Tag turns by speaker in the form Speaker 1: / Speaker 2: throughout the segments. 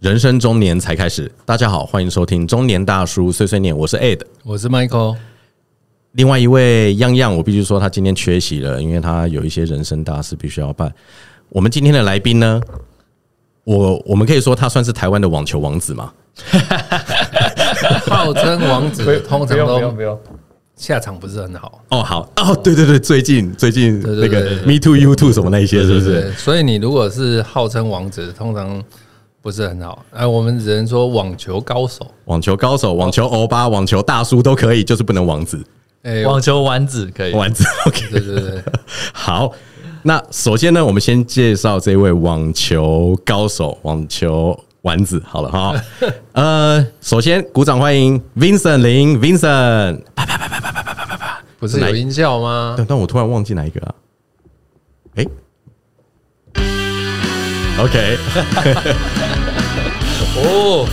Speaker 1: 人生中年才开始。大家好，欢迎收听中年大叔碎碎念，我是 Ed。
Speaker 2: 我是 Michael，
Speaker 1: 另外一位样样，我必须说他今天缺席了，因为他有一些人生大事必须要办。我们今天的来宾呢，我我们可以说他算是台湾的网球王子嘛？
Speaker 2: 号称王 子，通常
Speaker 3: 不用
Speaker 2: 都
Speaker 3: 不用，
Speaker 2: 下场不是很好，
Speaker 1: 哦，好哦，对对对，最近最近
Speaker 2: 对对
Speaker 1: 那个
Speaker 2: 对
Speaker 1: Me Too You Too 什么那一些，是不是？
Speaker 2: 对，所以你如果是号称王子，通常不是很好。哎，我们只能说网球高手，
Speaker 1: 网球高手、网球欧巴、网球大叔都可以，就是不能王子。
Speaker 2: 哎，
Speaker 3: 网球丸子可以。
Speaker 1: 丸子，OK，
Speaker 2: 对对对，
Speaker 1: 好，那首先呢，我们先介绍这位网球高手，网球丸子。好了哈，呃，首先鼓掌欢迎 Vincent 林 Vincent。
Speaker 2: 不是有音效吗？
Speaker 1: 但但我突然忘记哪一个啊？哎、o k
Speaker 3: 哦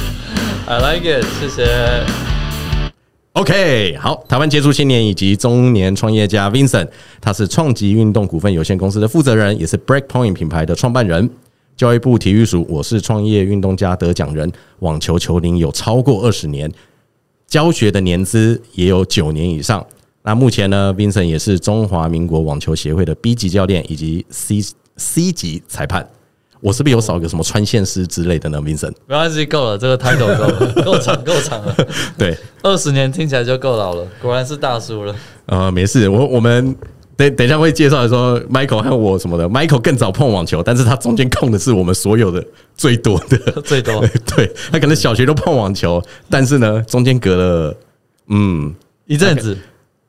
Speaker 3: ，I like it，谢谢。
Speaker 1: OK，好，台湾杰出青年以及中年创业家 Vincent，他是创极运动股份有限公司的负责人，也是 Breakpoint 品牌的创办人。教育部体育署，我是创业运动家得奖人，网球球龄有超过二十年，教学的年资也有九年以上。那目前呢，Vincent 也是中华民国网球协会的 B 级教练以及 C C 级裁判。我是不是有少一个什么穿线师之类的呢，Vincent？
Speaker 3: 没关系，够了，这个 title 够了，够长，够长了。
Speaker 1: 对，
Speaker 3: 二十年听起来就够老了，果然是大叔了。，
Speaker 1: 呃，没事，我我们等等一下会介绍说 Michael 和我什么的。Michael 更早碰网球，但是他中间控的是我们所有的最多的
Speaker 3: 最 多
Speaker 1: 对他可能小学都碰网球，但是呢，中间隔了嗯
Speaker 3: 一阵子，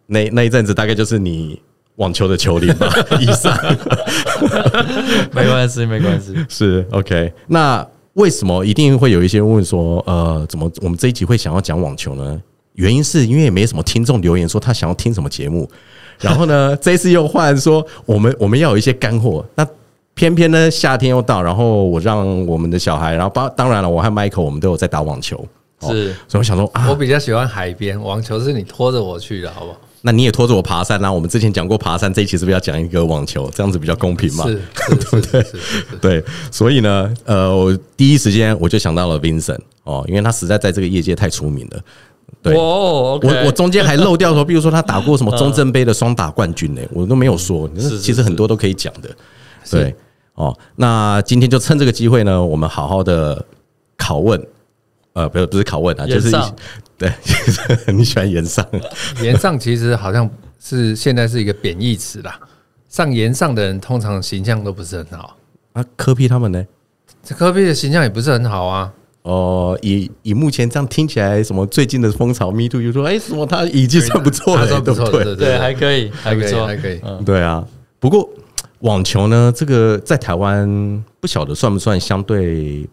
Speaker 1: 那那一阵子，大概就是你网球的球龄吧以上。
Speaker 3: 没关系，没关系。
Speaker 1: 是 OK，那为什么一定会有一些人问说，呃，怎么我们这一集会想要讲网球呢？原因是因为也没什么听众留言说他想要听什么节目，然后呢， 这一次又换说我们我们要有一些干货，那偏偏呢夏天又到，然后我让我们的小孩，然后包当然了，我和 Michael 我们都有在打网球，哦
Speaker 3: 是
Speaker 1: 所以我想说
Speaker 2: 我
Speaker 1: 啊，
Speaker 2: 比较喜欢海边，网球是你拖着我去的，好不好？
Speaker 1: 那你也拖着我爬山啦、啊我们之前讲过爬山，这一期是不是要讲一个网球？这样子比较公平嘛？
Speaker 2: 是是是是是是，
Speaker 1: 对，所以呢，呃，我第一时间我就想到了 Vincent 哦，因为他实在在这个业界太出名了。对
Speaker 3: 哇哦，OK，
Speaker 1: 我我中间还漏掉说，比如说他打过什么中正杯的双打冠军呢、我都没有说。
Speaker 3: 是是
Speaker 1: 其实很多都可以讲的，对哦。那今天就趁这个机会呢，我们好好的拷问，呃，不是不是拷问啊，就是
Speaker 3: 延
Speaker 1: 一
Speaker 3: 上
Speaker 1: 对，你喜欢延上，
Speaker 2: 岩上其实好像是现在是一个贬义词啦，上岩上的人通常形象都不是很好，
Speaker 1: 啊，科比他们呢？
Speaker 2: 这科比的形象也不是很好啊。
Speaker 1: 哦，以以目前这样听起来，什么最近的风潮 Me Too，就说哎、什么他已经 算不错了、
Speaker 2: 他说
Speaker 1: 对
Speaker 2: 不
Speaker 1: 不对？
Speaker 2: 错，对
Speaker 3: 对还可以，还
Speaker 2: 还
Speaker 3: 不
Speaker 2: 可以，
Speaker 3: 错，
Speaker 2: 还可以。
Speaker 3: 嗯
Speaker 1: 对啊，不过网球呢，这个在台湾不晓得算不算相对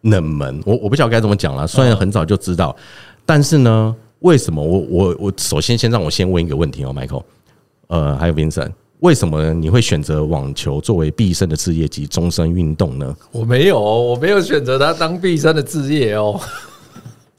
Speaker 1: 冷门，我我不晓得该怎么讲
Speaker 2: 嗯
Speaker 1: 了。虽然很早就知道，但是呢，为什么我我我首先先让我先问一个问题哦，Michael，呃，还有 Vincent，为什么你会选择网球作为毕生的事业及终身运动呢？
Speaker 2: 我没有哦，我没有选择他当毕生的职业哦。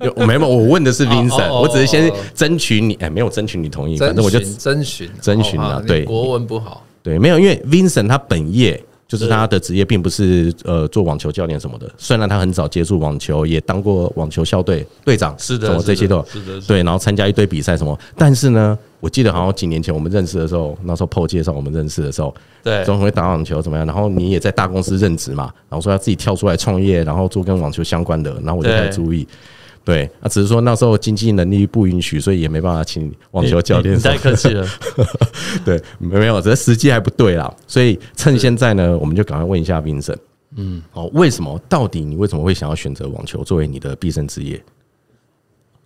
Speaker 1: 有没有，我问的是
Speaker 2: 哦
Speaker 1: Vincent，
Speaker 2: 哦
Speaker 1: 我只是先
Speaker 2: 哦
Speaker 1: 争取你，哎，没有争取你同意，反
Speaker 2: 征
Speaker 1: 正我就
Speaker 2: 询，征询，
Speaker 1: 征询啊
Speaker 2: 好不好你
Speaker 1: 对
Speaker 2: 国文不好，
Speaker 1: 对，没有，因为 Vincent 他本业就是他的职业，并不是呃做网球教练什么的。虽然他很早接触网球，也当过网球校队队长，
Speaker 3: 是的
Speaker 1: 什么
Speaker 3: 是的
Speaker 1: 这些都有
Speaker 3: 是的是的
Speaker 1: 对，然后参加一堆比赛什么。但是呢，我记得好像几年前我们认识的时候，那时候 PO 介绍我们认识的时候，
Speaker 3: 对，
Speaker 1: 总会打网球怎么样？然后你也在大公司任职嘛，然后说要自己跳出来创业，然后做跟网球相关的，然后我就
Speaker 3: 对
Speaker 1: 很注意。对，那、只是说那时候经济能力不允许，所以也没办法请网球教练
Speaker 3: 你
Speaker 1: 什么的。
Speaker 3: 太客气了。
Speaker 1: 对，没有，只是时机还不对啦，所以趁现在呢，我们就赶快问一下 Vincent，嗯，哦，为什么？到底你为什么会想要选择网球作为你的毕生职业？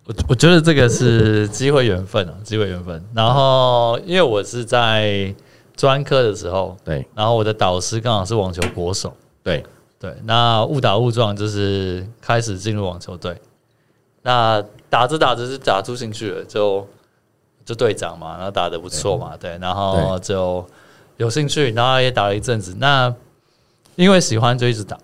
Speaker 3: 我我觉得这个是机会缘分啊，机会缘分。然后因为我是在专科的时候，
Speaker 1: 对
Speaker 3: 然后我的导师刚好是网球国手，
Speaker 1: 对，
Speaker 3: 对，那误打误撞就是开始进入网球队。那打着打着是打出兴趣了，就就队长嘛，然后打的不错嘛，对，然后就有兴趣，然后也打了一阵子。那因为喜欢就一直打，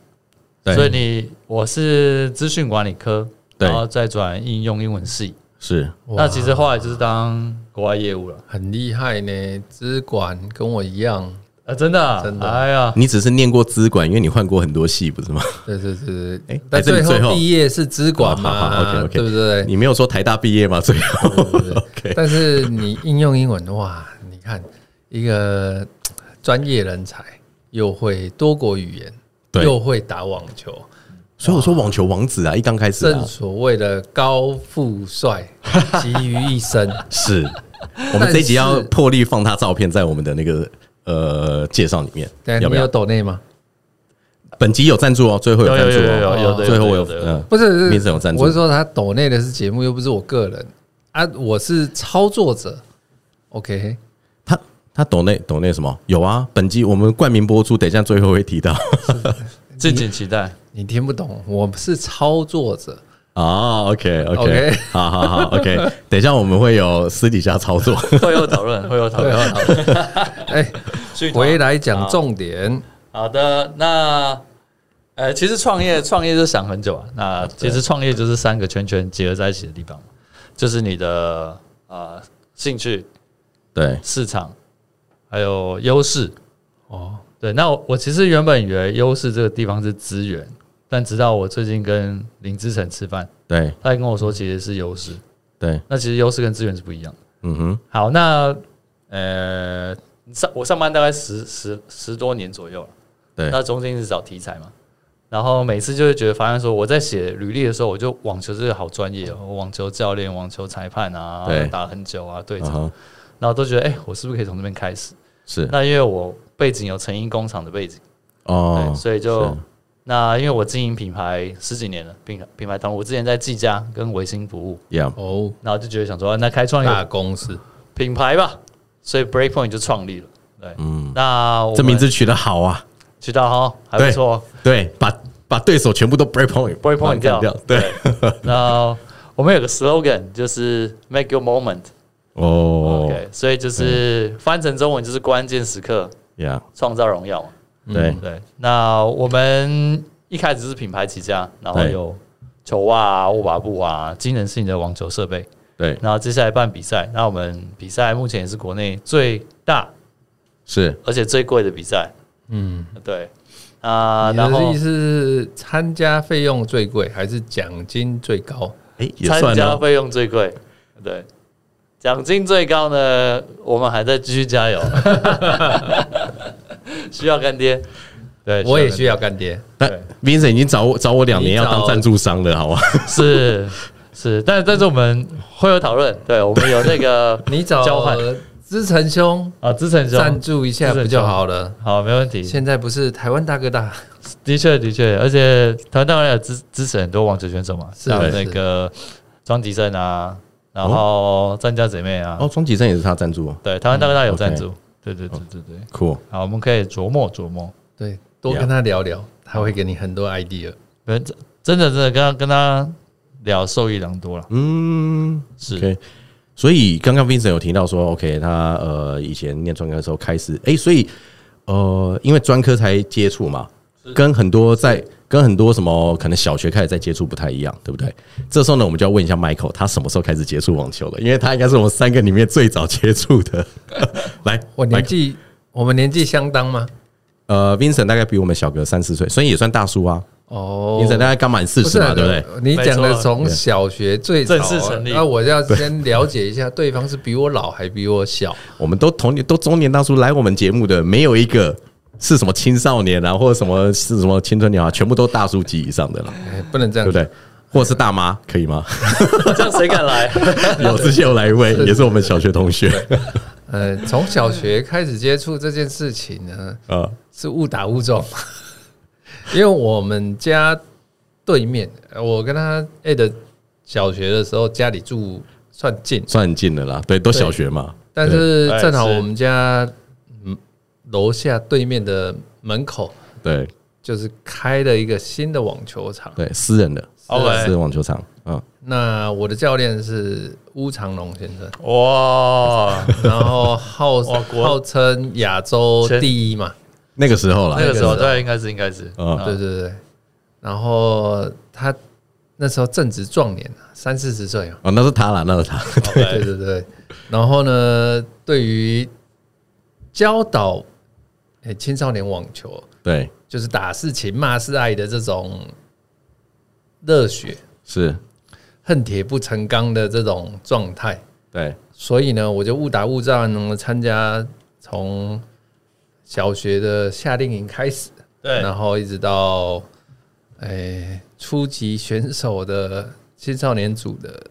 Speaker 1: 对
Speaker 3: 所以你我是资讯管理科，
Speaker 1: 对
Speaker 3: 然后再转应用英文系。
Speaker 1: 是
Speaker 2: 哇
Speaker 3: 那其实后来就是当国外业务了。
Speaker 2: 很厉害呢。资管跟我一样，
Speaker 3: 啊，真的啊
Speaker 2: 真的
Speaker 3: 哎呀，
Speaker 1: 你只是念过资管，因为你换过很多系，不是吗？
Speaker 2: 对对对对
Speaker 1: 哎，
Speaker 2: 但
Speaker 1: 还是你
Speaker 2: 最
Speaker 1: 最后哦
Speaker 2: 后毕业是资管
Speaker 1: 好好
Speaker 2: 嘛，
Speaker 1: ，OK，OK，
Speaker 2: 对不对？
Speaker 1: 你没有说台大毕业吗？最后，OK，
Speaker 2: 但是你应用英文的话，你看一个嘖专业人才又会多国语言，
Speaker 1: 对
Speaker 2: 又会打网球，
Speaker 1: 所以我说网球王子啊，一刚开始啊
Speaker 2: 正所谓的高 富帅集于一身。
Speaker 1: 是，我们这一集
Speaker 2: 但
Speaker 1: 要
Speaker 2: 是
Speaker 1: 破例放他照片在我们的那个呃介绍里面
Speaker 2: 对，，
Speaker 1: 要
Speaker 2: 你
Speaker 1: 不
Speaker 2: 有
Speaker 1: 要？
Speaker 2: 抖内吗？
Speaker 1: 本集有赞助哦，最后赞助
Speaker 3: 有有有有有
Speaker 1: 哦，
Speaker 3: 有
Speaker 1: 最后我有
Speaker 3: 有有有
Speaker 1: 嗯，
Speaker 2: 不是，
Speaker 1: 民生
Speaker 2: 不是，
Speaker 1: 有赞助
Speaker 2: 我是说他抖内的是节目，又不是我个人啊，我是操作者。OK，
Speaker 1: 他他抖内抖内什么？有啊，本集我们冠名播出，等一下最后会 提到
Speaker 3: 敬请期待。
Speaker 2: 你听不懂，我是操作者。
Speaker 1: 哦 OK OK，
Speaker 2: OK
Speaker 1: 好好好 OK，等一 下我们会有私底下操作。
Speaker 3: 会有讨论，会有讨论。
Speaker 2: 哎，
Speaker 3: 续讨论
Speaker 2: 回来讲重点，
Speaker 3: 好的，那呃，其实创 业创业就想很久啊。那其实创业就是三个圈圈结合在一起的地方嘛，就是你的呃兴趣、
Speaker 1: 对，
Speaker 3: 市场还有优势。
Speaker 2: 哦，
Speaker 3: 对，那我我其实原本以为优势这个地方是资源，但直到我最近跟林志成吃饭，
Speaker 1: 对
Speaker 3: 他也跟我说其实是优势。
Speaker 1: 对，
Speaker 3: 那其实优势跟资源是不一样的。
Speaker 1: 嗯哼，
Speaker 3: 好，那呃，上我上班大概十十十多年左右了，
Speaker 1: 对
Speaker 3: 那中间一直找题材嘛，然后每次就会觉得发现说，我在写履历的时候，我就网球这个好专业、哦，网球教练、网球裁判啊
Speaker 1: 嗯对，
Speaker 3: 打很久啊，对
Speaker 1: 啊
Speaker 3: 长，
Speaker 1: 哈
Speaker 3: 然后都觉得，哎、我是不是可以从这边开始？
Speaker 1: 是
Speaker 3: 那因为我背景有成衣工厂的背景，
Speaker 1: 哦
Speaker 3: 对，，所以就是那因为我经营品牌十几年了，品牌品牌团，我之前在技嘉跟维新服务，
Speaker 1: Yeah，
Speaker 2: 哦，
Speaker 3: 然后就觉得想说，啊那开
Speaker 1: 哎
Speaker 3: 创一
Speaker 2: 大
Speaker 3: 个
Speaker 2: 公司
Speaker 3: 品牌吧，所以 Breakpoint 就创立了。对，
Speaker 1: 嗯，
Speaker 3: 那我们
Speaker 1: 这名字取得好啊，
Speaker 3: 知道哈，还不错。
Speaker 1: 对，把把对手全部都 break point
Speaker 3: Break point
Speaker 1: 干
Speaker 3: 掉
Speaker 1: 掉，对，
Speaker 3: 那我们有个 slogan 就是 Make Your Moment。
Speaker 1: 哦嗯
Speaker 3: OK，所以就是翻成中文就是关键时刻
Speaker 1: ，Yeah，
Speaker 3: 创造荣耀嘛。
Speaker 1: 对
Speaker 3: 对，那我们一开始是品牌起家，然后
Speaker 1: 对
Speaker 3: 有球袜啊、握把布啊、机能性的网球设备，
Speaker 1: 对
Speaker 3: 然后接下来办比赛。那我们比赛目前也是国内最大
Speaker 1: 是，
Speaker 3: 而且最贵的比赛。嗯，对。啊、
Speaker 2: 你
Speaker 3: 然
Speaker 2: 的
Speaker 3: 后
Speaker 2: 意思是参加费用最贵还是奖金最高？
Speaker 1: 哎，也
Speaker 3: 参
Speaker 1: 算
Speaker 3: 加
Speaker 1: 了，
Speaker 3: 费用最贵，对，奖金最高呢，我们还在继续加油， 需要干爹，对，
Speaker 2: 我也需
Speaker 3: 要
Speaker 2: 要干爹，
Speaker 1: 但 Vincent 已经找我找我两年要当赞助商了，好啊 吧？
Speaker 3: 干爹，是是，但但是我们会有讨论，对我们有那个
Speaker 2: 你找呃
Speaker 3: 交换
Speaker 2: 资诚兄
Speaker 3: 啊，资诚
Speaker 2: 赞
Speaker 3: 兄，
Speaker 2: 助一下
Speaker 3: 资诚
Speaker 2: 不
Speaker 3: 兄
Speaker 2: 就好了？
Speaker 3: 好，没问题，
Speaker 2: 现在不是台湾大哥大，
Speaker 3: 的确的确，而且台湾当然有支支持很多网球选手嘛，
Speaker 2: 是
Speaker 3: 像
Speaker 2: 是
Speaker 3: 那个庄吉胜啊，然后张家姐妹啊，
Speaker 1: 哦，庄启正也是他赞助哦，
Speaker 3: 对，台湾大概有赞
Speaker 1: 嗯
Speaker 3: 助，对对对对对，
Speaker 1: 酷，
Speaker 3: 好，我们可以琢磨琢磨。
Speaker 2: 对，多
Speaker 1: Yeah
Speaker 2: 跟他聊聊，他会给你很多 idea。
Speaker 3: 真真的真的跟他跟他聊受益良多了，
Speaker 1: 嗯
Speaker 3: 是
Speaker 1: ，OK。所以刚刚 Vincent 有提到说，OK，他呃以前念专科的时候开始，哎，所以呃因为专科才接触嘛，跟很多在跟很多什么可能小学开始在接触不太一样，对不对？这时候呢，我们就要问一下 Michael，他什么时候开始接触网球的？因为他应该是我们三个里面最早接触的。 来，
Speaker 2: 我年
Speaker 1: Michael
Speaker 2: 纪，我们年纪相当吗？
Speaker 1: 呃，Vincent 大概比我们小个三四岁，所以也算大叔啊。
Speaker 2: 哦
Speaker 1: Vincent 大概刚满四
Speaker 2: 不
Speaker 1: 十
Speaker 2: 是
Speaker 1: 嘛，
Speaker 2: 啊
Speaker 1: 对不对？
Speaker 2: 你讲
Speaker 3: 没
Speaker 2: 的
Speaker 3: 错
Speaker 2: 从小学最早啊
Speaker 3: 正式成立
Speaker 2: 那我要先了解一下，对方是比我老还比我小？
Speaker 1: 我们都同年都中年大叔来我们节目的，没有一个是什么青少年啊，或者什么是什么青春年啊，全部都大叔级以上的 了，
Speaker 2: 哎不能这样
Speaker 1: 对不
Speaker 2: 讲，
Speaker 1: 对？或者是大妈可以吗？
Speaker 3: 这样谁敢来？
Speaker 1: 有之前有来一位，也是我们小学同学，
Speaker 2: 呃，从小学开始接触这件事情呢，
Speaker 1: 呃，
Speaker 2: 是误打误撞， 因为我们家对面，呃我跟他 A 的小学的时候家里住算近，
Speaker 1: 算很近的啦，对，都小学嘛，
Speaker 2: 但是
Speaker 3: 对
Speaker 2: 正好
Speaker 3: 哎是
Speaker 2: 我们家嗯楼下对面的门口
Speaker 1: 对
Speaker 2: 就是开了一个新的网球场。
Speaker 1: 对，私人的，
Speaker 3: OK
Speaker 1: 私人网球场，嗯，
Speaker 2: 那我的教练是乌长龙先生，
Speaker 3: 哇，
Speaker 2: 然后号
Speaker 3: 哇国
Speaker 2: 号称亚洲第一嘛，
Speaker 1: 那个时啊候啦
Speaker 3: 那，个
Speaker 2: 那
Speaker 3: 时
Speaker 2: 个时候
Speaker 3: 候对，应该是应该是，
Speaker 1: 嗯
Speaker 2: 对对对。然后他那时候正值壮年，三四十岁啊，
Speaker 1: 哦，那是他啦，那是他，
Speaker 2: 对对对。然后呢，对于教导，哎、诶青少年网球，
Speaker 1: 对，
Speaker 2: 就是打是情骂是爱的这种热血，
Speaker 1: 是，
Speaker 2: 恨铁不成钢的这种状态。
Speaker 1: 对，
Speaker 2: 所以呢，我就误打误撞能参加从小学的夏令营开始，
Speaker 3: 对
Speaker 2: 然后一直到诶、初级选手的青少年组的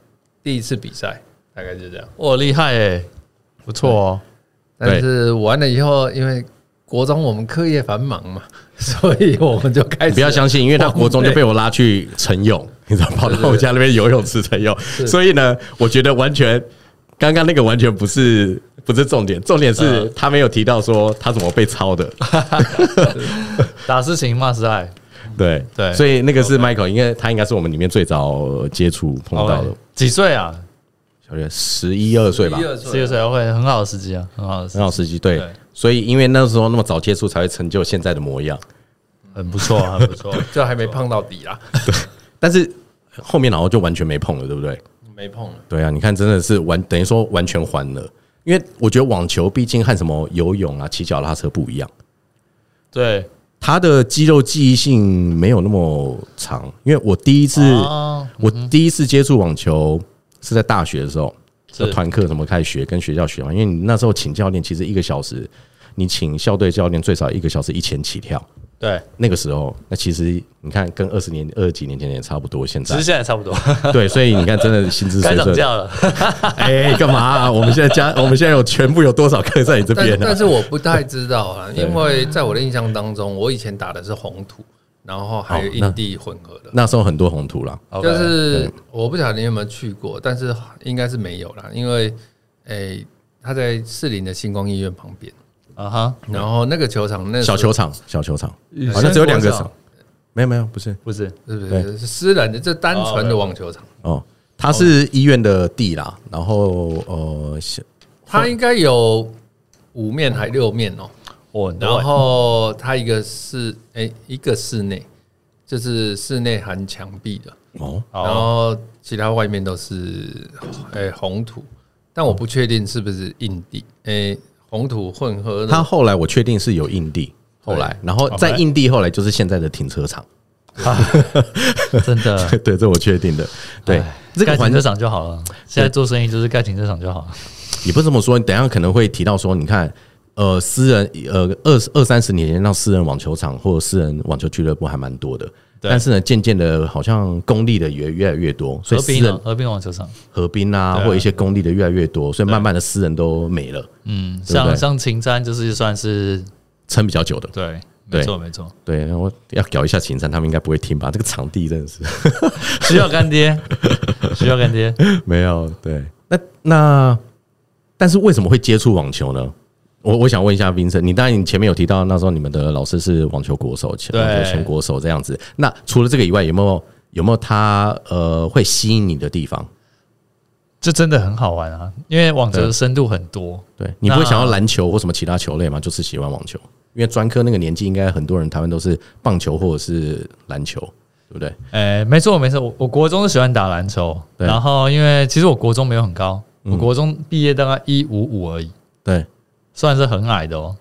Speaker 2: 第一次比赛，大概就这样。
Speaker 3: 哇，厉害哎，不错哦。
Speaker 2: 但是完了以后，因为国中我们课业繁忙嘛， 所以我们就开
Speaker 1: 你
Speaker 2: 始
Speaker 1: 不要相信，因为他国中就被我拉去晨泳， 你知道，跑到我家那边游泳池晨泳，所以呢，我觉得完全刚刚那个完全不是不是重点，重点是他没有提到说他怎么被抄 的，
Speaker 3: 打是情，骂是爱，
Speaker 1: 对
Speaker 3: 对
Speaker 1: 所以那个是 Michael，应该他应该是我们里面最早接触碰到的
Speaker 3: OK，，几岁啊？
Speaker 1: 小学十一二岁吧，
Speaker 2: 12
Speaker 3: 十六岁会很好的时机啊，很好的时
Speaker 1: 很
Speaker 3: 机，
Speaker 1: 好时机，对
Speaker 3: 对，
Speaker 1: 所以因为那时候那么早接触，才会成就现在的模样。
Speaker 3: 很不错，
Speaker 2: 啊
Speaker 3: 很不错。
Speaker 2: 就还没碰到底啦，
Speaker 1: 但是后面然后就完全没碰了，对不对？
Speaker 2: 没碰了。
Speaker 1: 对啊，你看真的是完，等于说完全还了。因为我觉得网球毕竟和什么游泳啊、骑脚踏车不一样，
Speaker 3: 对，
Speaker 1: 它的肌肉记忆性没有那么长。因为我第一次、
Speaker 3: 啊
Speaker 1: 我第一次接触网球是在大学的时候，
Speaker 3: 是
Speaker 1: 就团课什么开始学，跟学校学嘛。因为你那时候请教练，其实一个小时，你请校队教练最少一个小时一千起跳。
Speaker 3: 对，
Speaker 1: 那个时候，那其实你看，跟二十年、二十几年前也差不多。现
Speaker 3: 其实
Speaker 1: 在
Speaker 3: 现在也 差不多，
Speaker 1: 对，所以你看，真的薪资
Speaker 3: 啊 该
Speaker 1: 水
Speaker 3: 涨
Speaker 1: 准，
Speaker 3: 价了。
Speaker 1: 哎，干嘛啊、我们现在加，我们现在有全部有多少课在你这边啊
Speaker 2: 但
Speaker 1: 呢、
Speaker 2: 但是我不太知道啊，
Speaker 1: 对
Speaker 2: 因为在我的印象当中，我以前打的是红土，然后还有印地混合的。
Speaker 1: 那时候很多红土啦，
Speaker 3: OK
Speaker 2: 就是我不晓得你有没有去过，但是应该是没有啦，因为诶、他在士林的星光医院旁边，
Speaker 3: 啊哈，
Speaker 2: 然后那个球场那时
Speaker 1: 小
Speaker 2: 候
Speaker 1: 球场，小球场，
Speaker 3: 羽
Speaker 1: 好像只有两个
Speaker 3: 生国
Speaker 1: 场
Speaker 3: 小，
Speaker 1: 没有没有，不是
Speaker 3: 不是
Speaker 2: 是不是是私人的，这单纯的网球场，
Speaker 1: 哦，它是医院的地啦，然后呃，小
Speaker 2: 它应该有五面还六面哦、
Speaker 3: 我，
Speaker 2: 然后它一个室诶、一个室内，就是室内含墙壁的，
Speaker 1: 哦，
Speaker 2: 然
Speaker 3: 哦，
Speaker 2: 后其他外面都是诶、红土，但我不确定是不是印地诶、红土混合
Speaker 1: 它
Speaker 2: 的，
Speaker 1: 后来我确定是有印地，后来，然后在印地后来就是现在的停车场，
Speaker 3: 真 的，
Speaker 1: 对，这我确定的，对
Speaker 3: 哎，
Speaker 1: 这个
Speaker 3: 盖
Speaker 1: 环
Speaker 3: 停车场就好了。现在做生意就是盖停车场就好了。
Speaker 1: 也不是这么说，你等一下可能会提到说，你看，呃，私人呃二二三十年前，那私人网球场或者私人网球俱乐部还蛮多的，
Speaker 3: 对
Speaker 1: 但是呢，渐渐的，好像公立的也越来越多，所以
Speaker 3: 合
Speaker 1: 私
Speaker 3: 并
Speaker 1: 人
Speaker 3: 呢？合哦并网球场，
Speaker 1: 合并啊，
Speaker 3: 对啊
Speaker 1: 或者一些公立的越来越多，所以慢慢的私人都没了，
Speaker 3: 嗯，
Speaker 1: 对不对
Speaker 3: 像像秦山就是算是
Speaker 1: 撑比较久的。
Speaker 3: 对，没
Speaker 1: 对
Speaker 3: 错没错，
Speaker 1: 对，我要搞一下秦山，他们应该不会听吧？这个场地真的是
Speaker 3: 需要干 爹，需要干爹。
Speaker 1: 没有。对，那那但是为什么会接触网球呢？我我想问一下 Vincent，你当然你前面有提到那时候你们的老师是网球国手，前
Speaker 3: 对
Speaker 1: 网球全国手这样子。那除了这个以外，有没有有没有他呃会吸引你的地方？
Speaker 3: 这真的很好玩啊，因为网球的深度很多，
Speaker 1: 对你不会
Speaker 3: 那
Speaker 1: 想要篮球或什么其他球类吗？就是喜欢网球，因为专科那个年纪，应该很多人台湾都是棒球或者是篮球，对不对？
Speaker 3: 哎、没错没错，我我国中是喜欢打篮球，
Speaker 1: 对嗯
Speaker 3: 然后因为其实我国中没有很高，我国中毕业大概一五五而已，
Speaker 1: 对，
Speaker 3: 算是很矮的哦。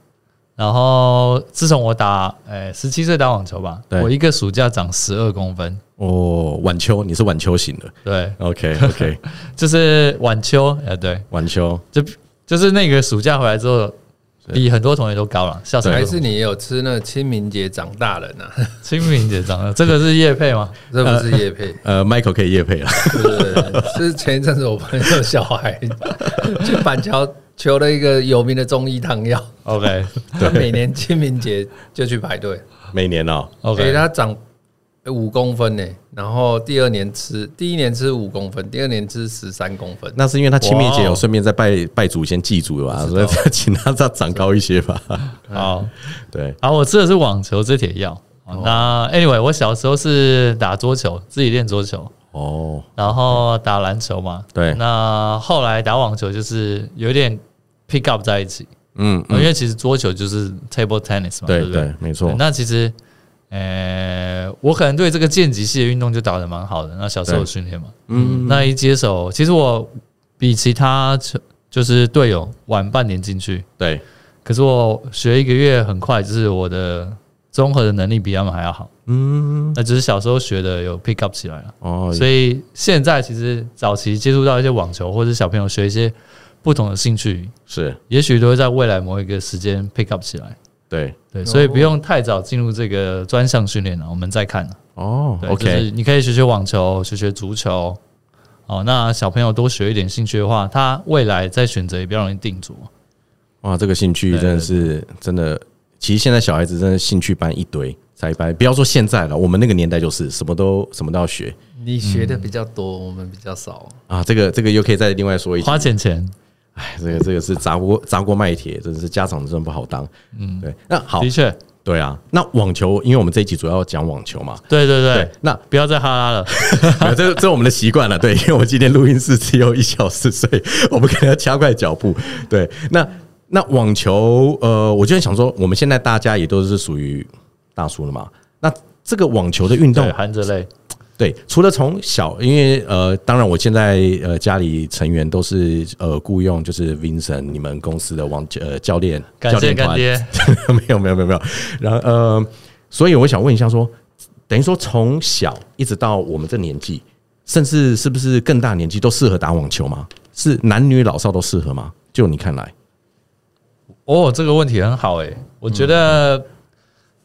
Speaker 3: 然后自从我打哎十七岁打网球吧，
Speaker 1: 对
Speaker 3: 我一个暑假长十二公分，
Speaker 1: 哦，晚秋你是晚秋型的
Speaker 3: 对，
Speaker 1: ，OK OK，
Speaker 3: 就是晚秋，呃，对，
Speaker 1: 晚秋
Speaker 3: 就是那个暑假回来之后，比很多同学都高了，笑死我
Speaker 2: 还
Speaker 3: 了。
Speaker 2: 是你也有吃那清明节长大人啊？
Speaker 3: 清明节长的，这个是叶配吗？
Speaker 2: 这不是 叶配，
Speaker 1: 呃，Michael 可以夜配了，
Speaker 2: 对对对，是前一阵子我朋友小孩去板桥求了一个有名的中医汤药，
Speaker 3: OK
Speaker 2: 他每年清明节就去排队，
Speaker 1: 每年 哦、
Speaker 2: 给
Speaker 3: OK，
Speaker 2: 他长五公分呢，然后第二年吃，第一年吃五公分，第二年吃十三公分，
Speaker 1: 那是因为他清明节
Speaker 3: 哇哦
Speaker 1: 有顺便在拜拜祖先祭祖吧，所以他请他再长高一些吧。
Speaker 3: 好。
Speaker 1: 对，
Speaker 3: 好，我吃的是网球这铁药。
Speaker 1: 哦
Speaker 3: 好那 anyway，我小时候是打桌球，自己练桌球，
Speaker 1: 哦，
Speaker 3: 然后打篮球嘛。
Speaker 1: 对
Speaker 3: 那后来打网球就是有点 pick up 在一起，
Speaker 1: 嗯，
Speaker 3: 因
Speaker 1: 嗯
Speaker 3: 为其实桌球就是 table tennis 嘛，
Speaker 1: 对
Speaker 3: 不
Speaker 1: 对，没错
Speaker 3: 啊对，那其实，呃，我可能对这个剑击系的运动就打得蛮好的。那小时候有训练嘛，嗯，那一接手，其实我比其他球就是队友晚半年进去，
Speaker 1: 对，
Speaker 3: 可是我学一个月很快，就是我的综合的能力比他们还要好。嗯，那只是小时候学的有 pick up 起来了。
Speaker 1: 哦，
Speaker 3: 所以现在其实早期接触到一些网球，或者是小朋友学一些不同的兴趣，
Speaker 1: 是
Speaker 3: 也许都会在未来某一个时间 pick up 起来。
Speaker 1: 对
Speaker 3: 对，所以不用太早进入这个专项训练了，我们再看了。
Speaker 1: 哦
Speaker 3: 对就是
Speaker 1: ，OK，
Speaker 3: 你可以学学网球，学学足球。哦，那小朋友多学一点兴趣的话，他未来在选择也比较容易定着。
Speaker 1: 哇，这个兴趣真的是真的，其实现在小孩子真的兴趣班一堆。才班，不要说现在了，我们那个年代就是什么都什么都要学
Speaker 2: 你学的比较多，我们比较少。
Speaker 1: 啊。这个这个又可以再另外说一集
Speaker 3: 花钱钱
Speaker 1: 哎，这个这个是砸锅砸锅卖铁，真的是家长真的不好当。嗯，对。那好
Speaker 3: 的，确，
Speaker 1: 对啊，那网球，因为我们这一集主要讲网球嘛，
Speaker 3: 对对对，
Speaker 1: 对，那
Speaker 3: 不要再哈拉了。
Speaker 1: 没有这这是我们的习惯了，对，因为我们今天录音室只有一小时，所以我们可能要加快脚步。对，那那网球，呃，我就在想说，我们现在大家也都是属于大叔了嘛，那这个网球的运动
Speaker 3: 对，，含着泪。
Speaker 1: 对，除了从小，因为呃，当然我现在呃家里成员都是呃雇佣，就是 Vincent 你们公司的网呃教练，
Speaker 3: 感
Speaker 1: 教
Speaker 3: 谢
Speaker 1: 练
Speaker 3: 干
Speaker 1: 团，
Speaker 3: 爹，
Speaker 1: 没有没有没有没有，然后呃，所以我想问一下说，等于说从小一直到我们这年纪，甚至是不是更大年纪都适合打网球吗？是男女老少都适合吗？就你看来，
Speaker 3: 哦，这个问题很好诶、欸我觉得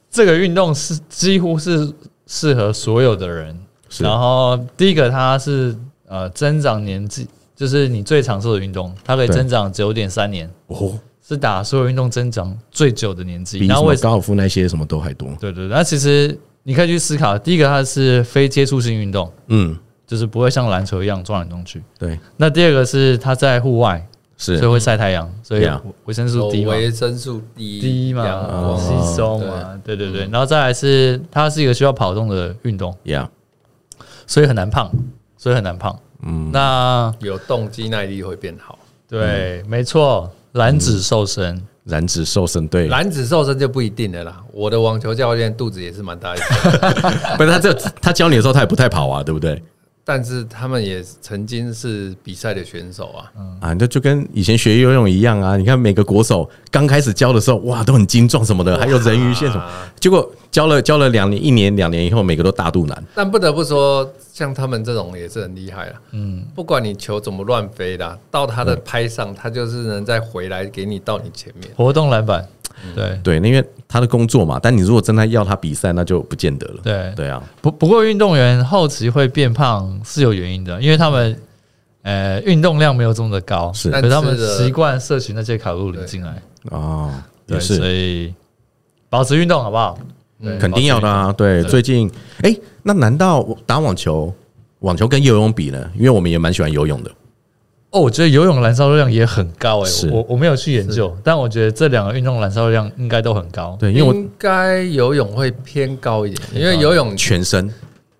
Speaker 3: 这个运动是几乎是适合所有的人。
Speaker 1: 是
Speaker 3: 然后第一个，它是呃增长年纪，就是你最长寿的运动，它可以
Speaker 1: 对
Speaker 3: 增长九点三年，
Speaker 1: 哦，
Speaker 3: 是打所有运动增长最久的年纪。
Speaker 1: 比
Speaker 3: 那
Speaker 1: 什
Speaker 3: 为
Speaker 1: 么
Speaker 3: 什
Speaker 1: 高尔夫那些什么都还多。
Speaker 3: 对对，对那其实你可以去思考，第一个它是非接触性运动，
Speaker 1: 嗯，
Speaker 3: 就是不会像篮球一样撞来撞去。
Speaker 1: 对，
Speaker 3: 那第二个是它在户外，所以
Speaker 1: 是
Speaker 3: 会晒太阳，所以
Speaker 1: Yeah
Speaker 3: 维生素
Speaker 2: 有
Speaker 3: D 嘛，
Speaker 2: 维生素 D
Speaker 3: 低
Speaker 2: 阳
Speaker 3: 嘛，
Speaker 2: 光
Speaker 3: 吸收嘛，对对对，
Speaker 2: 嗯
Speaker 3: 然后再来是它是一个需要跑动的运动，
Speaker 1: ，Yeah，
Speaker 3: 所以很难胖，所以很难胖。嗯，那
Speaker 2: 有动机耐力会变好。
Speaker 3: 对，
Speaker 1: 嗯
Speaker 3: 没错，燃脂瘦身，
Speaker 1: 燃脂瘦身对，
Speaker 2: 男子瘦身就不一定了啦。我的网球教练肚子也是蛮大一 个，
Speaker 1: 不是他这他教你的时候他也不太跑啊，对不对？
Speaker 2: 但是他们也曾经是比赛的选手啊。
Speaker 1: 啊，那就跟以前学游泳一样啊！你看每个国手刚开始教的时候，哇，都很精壮什么的，还有人鱼线什么，结果教了教了两年、一年、两年以后，每个都大肚腩。
Speaker 2: 但不得不说，像他们这种也是很厉害了。嗯，不管你球怎么乱飞啦，到他的拍上，他就是能再回来给你到你前面。
Speaker 3: 活动篮板，
Speaker 1: 嗯
Speaker 3: 对
Speaker 1: 对，那因为他的工作嘛，但你如果真的要他比赛，那就不见得了。
Speaker 3: 对
Speaker 1: 对啊，
Speaker 3: 不不过运动员后期会变胖是有原因的，因为他们呃运动量没有这么的高，
Speaker 1: 是
Speaker 3: 可是他们
Speaker 2: 但吃的
Speaker 3: 习惯摄取那些卡路里
Speaker 2: 对
Speaker 3: 进来，
Speaker 1: 哦，也
Speaker 3: 对，所
Speaker 1: 是
Speaker 3: 以保持运动好不好？对
Speaker 1: 肯定要的啊。对，最近哎，那难道打网球，网球跟游泳比呢？因为我们也蛮喜欢游泳的。
Speaker 3: 哦，我觉得游泳燃烧量也很高诶、
Speaker 1: 是
Speaker 3: 我我没有去研究，但我觉得这两个运动燃烧量应该都很高。
Speaker 1: 对，因为我
Speaker 2: 应该游泳会偏高一点，因为游泳
Speaker 1: 全身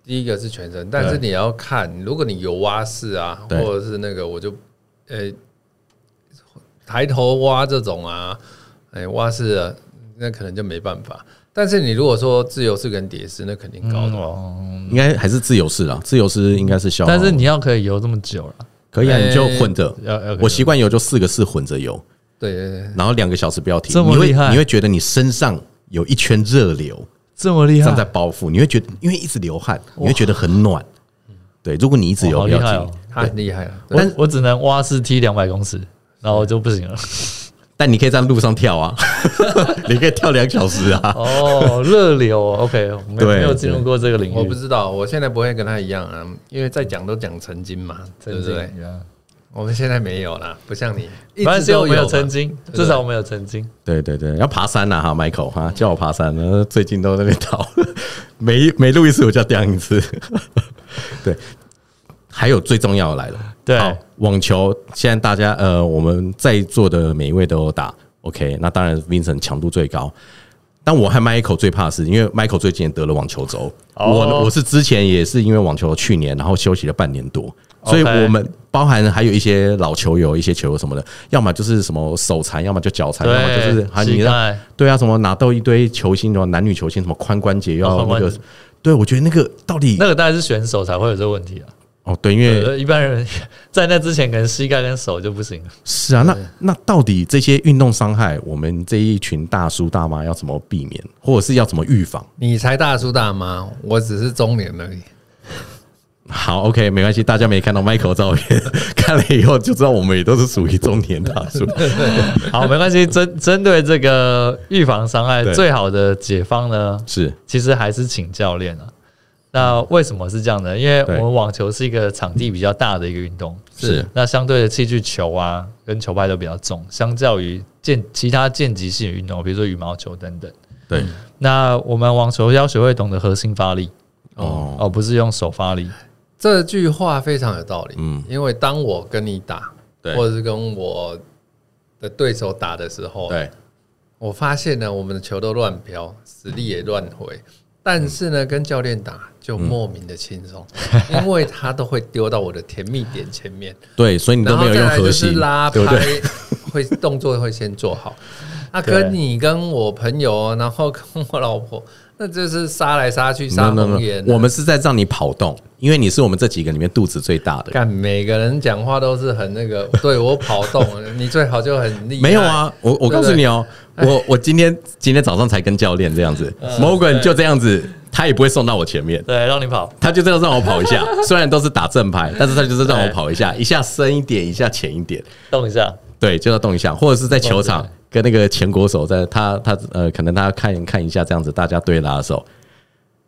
Speaker 2: 第一个是全身，但是你要看，如果你有蛙式啊，
Speaker 1: 对
Speaker 2: 或者是那个，我就呃抬头蛙这种啊，哎、蛙式、啊、那可能就没办法。但是你如果说自由式跟蝶式，那肯定高
Speaker 3: 嗯
Speaker 2: 的。
Speaker 3: 哦，
Speaker 1: 应该还是自由式啦，自由式应该是消耗。
Speaker 3: 但是你要可以游这么久了，
Speaker 1: 可以啊，你就
Speaker 2: 哎
Speaker 1: 混着。
Speaker 3: 要要可以
Speaker 1: 我习惯游就四个式混着游。
Speaker 2: 对对对，
Speaker 1: 然后两个小时不要停，
Speaker 3: 这么
Speaker 1: 你会
Speaker 3: 厉害
Speaker 1: 你会觉得你身上有一圈热流
Speaker 3: 这么厉
Speaker 1: 这
Speaker 3: 害
Speaker 1: 样，在包覆，你会觉得因为一直流汗，你会觉得很暖。对，如果你一直游
Speaker 3: 哇好
Speaker 1: 不
Speaker 3: 厉
Speaker 1: 要
Speaker 3: 害
Speaker 1: 停
Speaker 3: 哦，！
Speaker 2: 太厉害啊了。
Speaker 3: 我我只能蛙式踢两百公尺，然后就不行了。
Speaker 1: 但你可以在路上跳啊， 你可以跳两小时啊。
Speaker 3: 哦，热流哦，OK，我没有
Speaker 1: 对
Speaker 3: 没有进入过这个领域，
Speaker 2: 我不知道，我现在不会跟他一样啊，因为在讲都讲曾经嘛，对不对？我们现在没有啦，不像你，一
Speaker 3: 反正
Speaker 2: 直
Speaker 3: 只有我
Speaker 2: 都
Speaker 3: 们有
Speaker 2: 有
Speaker 3: 曾
Speaker 2: 曾
Speaker 3: 经，至少我们有曾经。
Speaker 1: 对对对，要爬山呐、哈，Michael 哈，叫我爬山，呃最近都在那边逃， 每每录一次我就要掉一次。 对，还有最重要的来了，
Speaker 3: 对
Speaker 1: 好网球现在大家呃，我们在座的每一位都有打，OK，那当然 Vincent 强度最高。但我和 Michael 最怕的是，因为 Michael 最近也得了网球肘，
Speaker 3: 哦
Speaker 1: 我我是之前也是因为网球去年，然后休息了半年多，所以
Speaker 3: OK
Speaker 1: 我们包含还有一些老球友、一些球友什么的，要么就是什么手残，要么就脚残，要么就是
Speaker 3: 对，
Speaker 1: 还有你
Speaker 3: 膝
Speaker 1: 让
Speaker 3: 盖
Speaker 1: 对啊，什么拿到一堆球星，什么男女球星，什么髋关节又要
Speaker 3: 哦髋
Speaker 1: 那
Speaker 3: 关
Speaker 1: 个
Speaker 3: 节，
Speaker 1: 对我觉得那个到底
Speaker 3: 那个大概是选手才会有这个问题啊。
Speaker 1: 哦，对，因为
Speaker 3: 呃一般人 在那之前可能膝盖跟手就不行了。
Speaker 1: 是啊，那那到底这些运动伤害，我们这一群大叔大妈要怎么避免，或者是要怎么预防？
Speaker 2: 你才大叔大妈，我只是中年而已。
Speaker 1: 好，OK，没关系，大家没看到 Michael 的照片，看了以后就知道我们也都是属于中年大叔。
Speaker 3: 好，没关系。针针对这个预防伤害
Speaker 1: 对
Speaker 3: 最好的解方呢，
Speaker 1: 是
Speaker 3: 其实还是请教练啊。那为什么是这样呢？因为我们网球是一个场地比较大的一个运动，
Speaker 1: 是
Speaker 3: 那相对的器具球啊跟球拍都比较重，相较于健其他健极性的运动，比如说羽毛球等等。
Speaker 1: 对，
Speaker 3: 那我们网球要学会懂得核心发力
Speaker 1: 哦
Speaker 3: 哦，不是用手发力。
Speaker 2: 这句话非常有道理，
Speaker 1: 嗯
Speaker 2: 因为当我跟你打，
Speaker 1: 对
Speaker 2: 或者是跟我的对手打的时候，
Speaker 1: 对，
Speaker 2: 我发现呢，我们的球都乱飘，实力也乱回，但是呢，跟教练打就
Speaker 1: 嗯
Speaker 2: 莫名的轻松，因为他都会丢到我的甜蜜点前面，
Speaker 1: 对，所以 你都
Speaker 2: 然
Speaker 1: 没有
Speaker 2: 后再
Speaker 1: 用
Speaker 2: 来
Speaker 1: 核
Speaker 2: 就是
Speaker 1: 心，
Speaker 2: 拉
Speaker 1: 对
Speaker 2: 拍
Speaker 1: 不对？，
Speaker 2: 会动作会先做好。啊，
Speaker 3: 对
Speaker 2: 跟你跟我朋友，然后跟我老婆，那就是杀来杀去，杀
Speaker 1: No, no, no
Speaker 2: 红眼。啊
Speaker 1: 我们是在让你跑动，因为你是我们这几个里面肚子最大的。
Speaker 2: 干每个人讲话都是很那个，对我跑动， 你最好就很厉害。
Speaker 1: 没有，啊，我我告诉你哦、我我今天今天早上才跟教练这样子，Morgan 就这样子，他也不会送到我前面。
Speaker 3: 对，让你跑。
Speaker 1: 他就这样让我跑一下，虽然都是打正拍，但是他就是让我跑一下，一下深一点，一下浅一点，
Speaker 3: 动一下，
Speaker 1: 对，就要动一下，或者是在球场跟那个前国手在他他呃，可能他看看一下这样子，大家对拉的时候，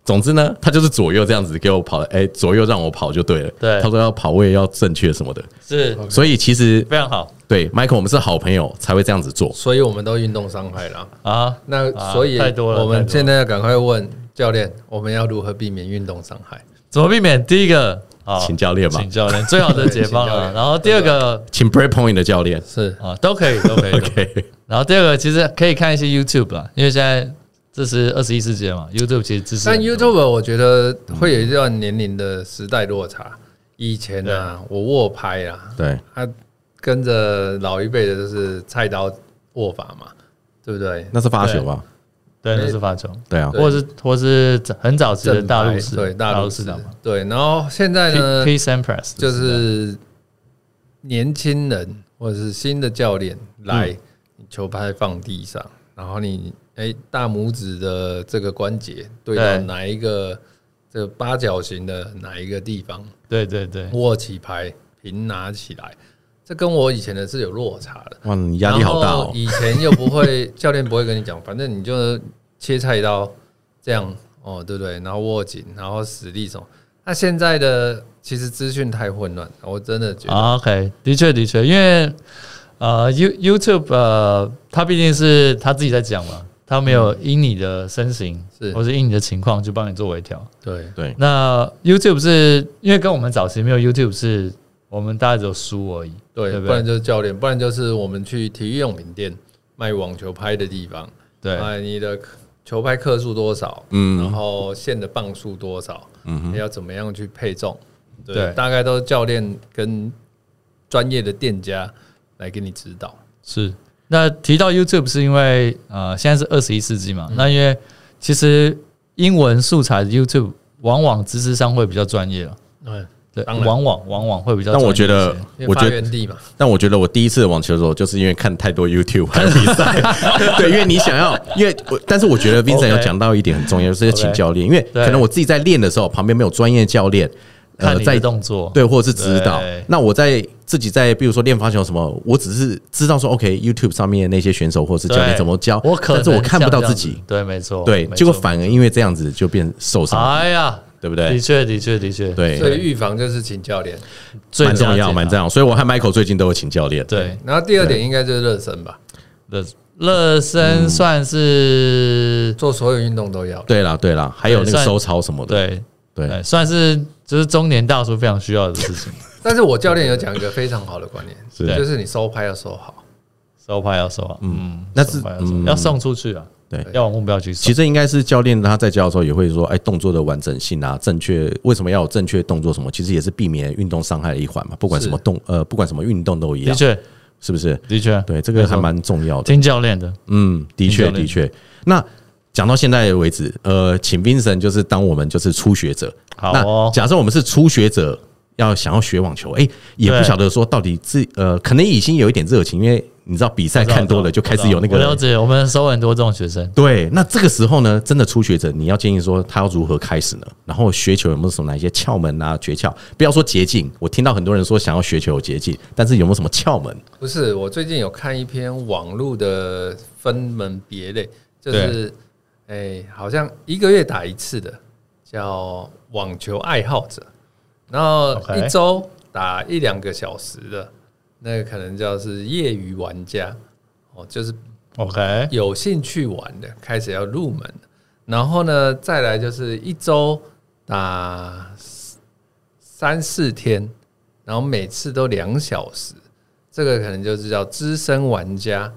Speaker 1: 总之呢，他就是左右这样子给我跑，哎、左右让我跑就对了。
Speaker 3: 对
Speaker 1: 他说要跑位要正确什么的，
Speaker 3: 是
Speaker 1: 所以其实
Speaker 3: 非常好
Speaker 1: 对 Michael，我们是好朋友才会这样子做。
Speaker 2: 所以我们都运动伤害了。
Speaker 3: 啊。
Speaker 2: 那
Speaker 3: 啊
Speaker 2: 所以
Speaker 3: 太多了
Speaker 2: 我
Speaker 3: 太
Speaker 2: 们
Speaker 3: 多
Speaker 2: 现在要赶快问教练，我们要如何避免运动伤害？
Speaker 3: 怎么避免？第一个啊，
Speaker 1: 请教练吧
Speaker 3: 请教练最好的解方
Speaker 2: 对请教
Speaker 3: 啊。
Speaker 2: 练
Speaker 3: 然后第二个
Speaker 1: 请 Break Point 的教练
Speaker 2: 是
Speaker 3: 啊，都 可以，都可以。都可以
Speaker 1: ，OK，
Speaker 3: 然后第二个其实可以看一些 YouTube 啦，因为现在这是二十一世纪嘛，YouTube 其实支持
Speaker 2: 但
Speaker 3: 很多。
Speaker 2: YouTube 我觉得会有一段年龄的时代落差。以前啊，我握拍啊，
Speaker 1: 对，
Speaker 2: 他跟着老一辈的就是菜刀握法嘛，对不对？
Speaker 1: 那是发球吧？
Speaker 3: 对，那是发球，
Speaker 1: 对啊，
Speaker 3: 或是或是很早期的
Speaker 2: 正
Speaker 3: 大陆
Speaker 2: 拍
Speaker 3: 式，
Speaker 2: 对大
Speaker 3: 陆
Speaker 2: 陆
Speaker 3: 式
Speaker 2: 式
Speaker 3: 的嘛
Speaker 2: 对，然后现在呢，
Speaker 3: ，P and Press
Speaker 2: 就是年轻人或者是新的教练来，你球拍放地上，然后你哎、大拇指的这个关节对到
Speaker 3: 对
Speaker 2: 哪一个这个八角形的哪一个地方
Speaker 3: 对对对，
Speaker 2: 握起拍平拿起来，这跟我以前的是有落差的。
Speaker 1: 哇，你压力好大
Speaker 2: 然
Speaker 1: 哦
Speaker 2: 后。以前又不会，教练不会跟你讲，反正你就切菜刀这样哦，对不对？然后握紧，然后使力什么。那现在的其实资讯太混乱，我真的觉得、
Speaker 3: 啊，OK，的确的确，因为呃，You YouTube 呃，它毕竟是他自己在讲嘛，他没有因你的身形
Speaker 2: 嗯是
Speaker 3: 或是因你的情况去帮你做微调。
Speaker 2: 对
Speaker 1: 对，
Speaker 3: 那 YouTube 是因为跟我们早期没有 YouTube 是。我们大概只有书而已，
Speaker 2: 对，
Speaker 3: 对不
Speaker 2: 不然
Speaker 3: 对？
Speaker 2: 就是教练，不然就是我们去体育用品店卖网球拍的地方，
Speaker 3: 对，
Speaker 2: 哎，你的球拍克数多少，然
Speaker 1: 嗯，
Speaker 2: 后线的磅数多少，
Speaker 1: 嗯
Speaker 2: 你要怎么样去配重，对，
Speaker 3: 对
Speaker 2: 大概都是教练跟专业的店家来给你指导。
Speaker 3: 是，那提到 YouTube 是因为呃，现在是二十一世纪
Speaker 1: 嗯
Speaker 3: 嘛，那因为其实英文素材的 YouTube 往往知识上会比较专业了，
Speaker 2: 嗯，
Speaker 3: 对，
Speaker 2: 当然
Speaker 3: 往往往往会比较
Speaker 1: 但
Speaker 3: 专业
Speaker 1: 我
Speaker 3: 一些。
Speaker 1: 觉得，
Speaker 2: 因
Speaker 1: 我
Speaker 2: 为
Speaker 1: 觉
Speaker 2: 发
Speaker 1: 得
Speaker 2: 源地嘛，
Speaker 1: 但我觉得我第一次网球的时候，就是因为看太多 YouTube 还有比 赛，对，因为你想要，因为我，但是我觉得 Vincent
Speaker 3: OK
Speaker 1: 有讲到一点很重要，就是要请
Speaker 3: OK
Speaker 1: 教练，因为
Speaker 3: 对
Speaker 1: 可能我自己在练的时候，旁边没有专业教练，呃
Speaker 3: 看你
Speaker 1: 在
Speaker 3: 的动作，
Speaker 1: 对，或者是指导
Speaker 3: 对。
Speaker 1: 那我在自己在，比如说练发球什么，我只是知道说，OK，YouTube 上面那些选手或是
Speaker 3: 对
Speaker 1: 教练怎么教，
Speaker 3: 我可
Speaker 1: 但是我
Speaker 3: 能
Speaker 1: 看
Speaker 3: 像
Speaker 1: 不到
Speaker 3: 这
Speaker 1: 自
Speaker 3: 样子
Speaker 1: 己，，
Speaker 3: 对，没错，
Speaker 1: 对，
Speaker 3: 没
Speaker 1: 结果
Speaker 3: 错
Speaker 1: 反而因为这样子就变受伤，
Speaker 3: 哎呀，
Speaker 1: 对不
Speaker 3: 的
Speaker 1: 对？
Speaker 3: 确的确的确，
Speaker 2: 所以
Speaker 1: 对，
Speaker 2: 预防就是请教练。
Speaker 3: 最
Speaker 1: 蛮重
Speaker 3: 加
Speaker 1: 要，
Speaker 3: 减
Speaker 1: 蛮
Speaker 3: 啊
Speaker 1: 重要。所以我和 Michael 最近都有请教练，
Speaker 3: 对，
Speaker 2: 然后第二点应该就是热身吧，
Speaker 3: 热热身算
Speaker 1: 嗯
Speaker 3: 是
Speaker 2: 做所有运动都要。
Speaker 1: 对啦，对啦，还有那
Speaker 3: 对
Speaker 1: 个
Speaker 3: 算
Speaker 1: 收操什么的，
Speaker 3: 对
Speaker 1: 对
Speaker 3: 对，哎算是就是中年大叔非常需要的事 情，
Speaker 2: 但是我教练有讲一个非常好的观念，
Speaker 1: 是
Speaker 2: 就是你收拍要收好。
Speaker 3: 收拍要收好，嗯，
Speaker 1: 那是
Speaker 3: 收拍要收
Speaker 1: 嗯
Speaker 3: 要送出去啊，
Speaker 1: 对
Speaker 3: 要往目标去
Speaker 1: 其
Speaker 3: 送
Speaker 1: 实，这应该是教练他在教的时候也会说，哎，动作的完整性啊，正确为什么要有正确动作什么？其实也是避免运动伤害的一环嘛。不管什么动呃，不管什么运动都一
Speaker 3: 的
Speaker 1: 样，
Speaker 3: 确
Speaker 1: 是不是？
Speaker 3: 的确，
Speaker 1: 对，这个
Speaker 3: 没错
Speaker 1: 还蛮重要的。
Speaker 3: 听教练的，
Speaker 1: 嗯，的
Speaker 3: 听
Speaker 1: 确
Speaker 3: 教练
Speaker 1: 的确。那讲到现在为止，呃，请 Vincent 就是当我们就是初学者，
Speaker 3: 好
Speaker 1: 那
Speaker 3: 哦，
Speaker 1: 假设我们是初学者，要想要学网球，哎，也不晓得说到底自呃，可能已经有一点热情，因为你知道比赛看多了就开始有那
Speaker 3: 我了
Speaker 1: 个。
Speaker 3: 解，我们收很多这种学生，
Speaker 1: 对，那这个时候呢，真的初学者，你要建议说他要如何开始呢？然后学球有没有什么哪一些窍门啊、诀窍？不要说捷径，我听到很多人说想要学球有捷径，但是有没有什么窍门？
Speaker 2: 不是，我最近有看一篇网络的分门别类，就
Speaker 1: 对
Speaker 2: 是哎、好像一个月打一次的叫网球爱好者，然后
Speaker 3: OK
Speaker 2: 一周打一两个小时的，那个可能叫是业余玩家哦，就是
Speaker 3: OK，
Speaker 2: 有兴趣玩的开始要入门了，然后呢，再来就是一周打三四天，然后每次都两小时，这个可能就是叫资深玩家。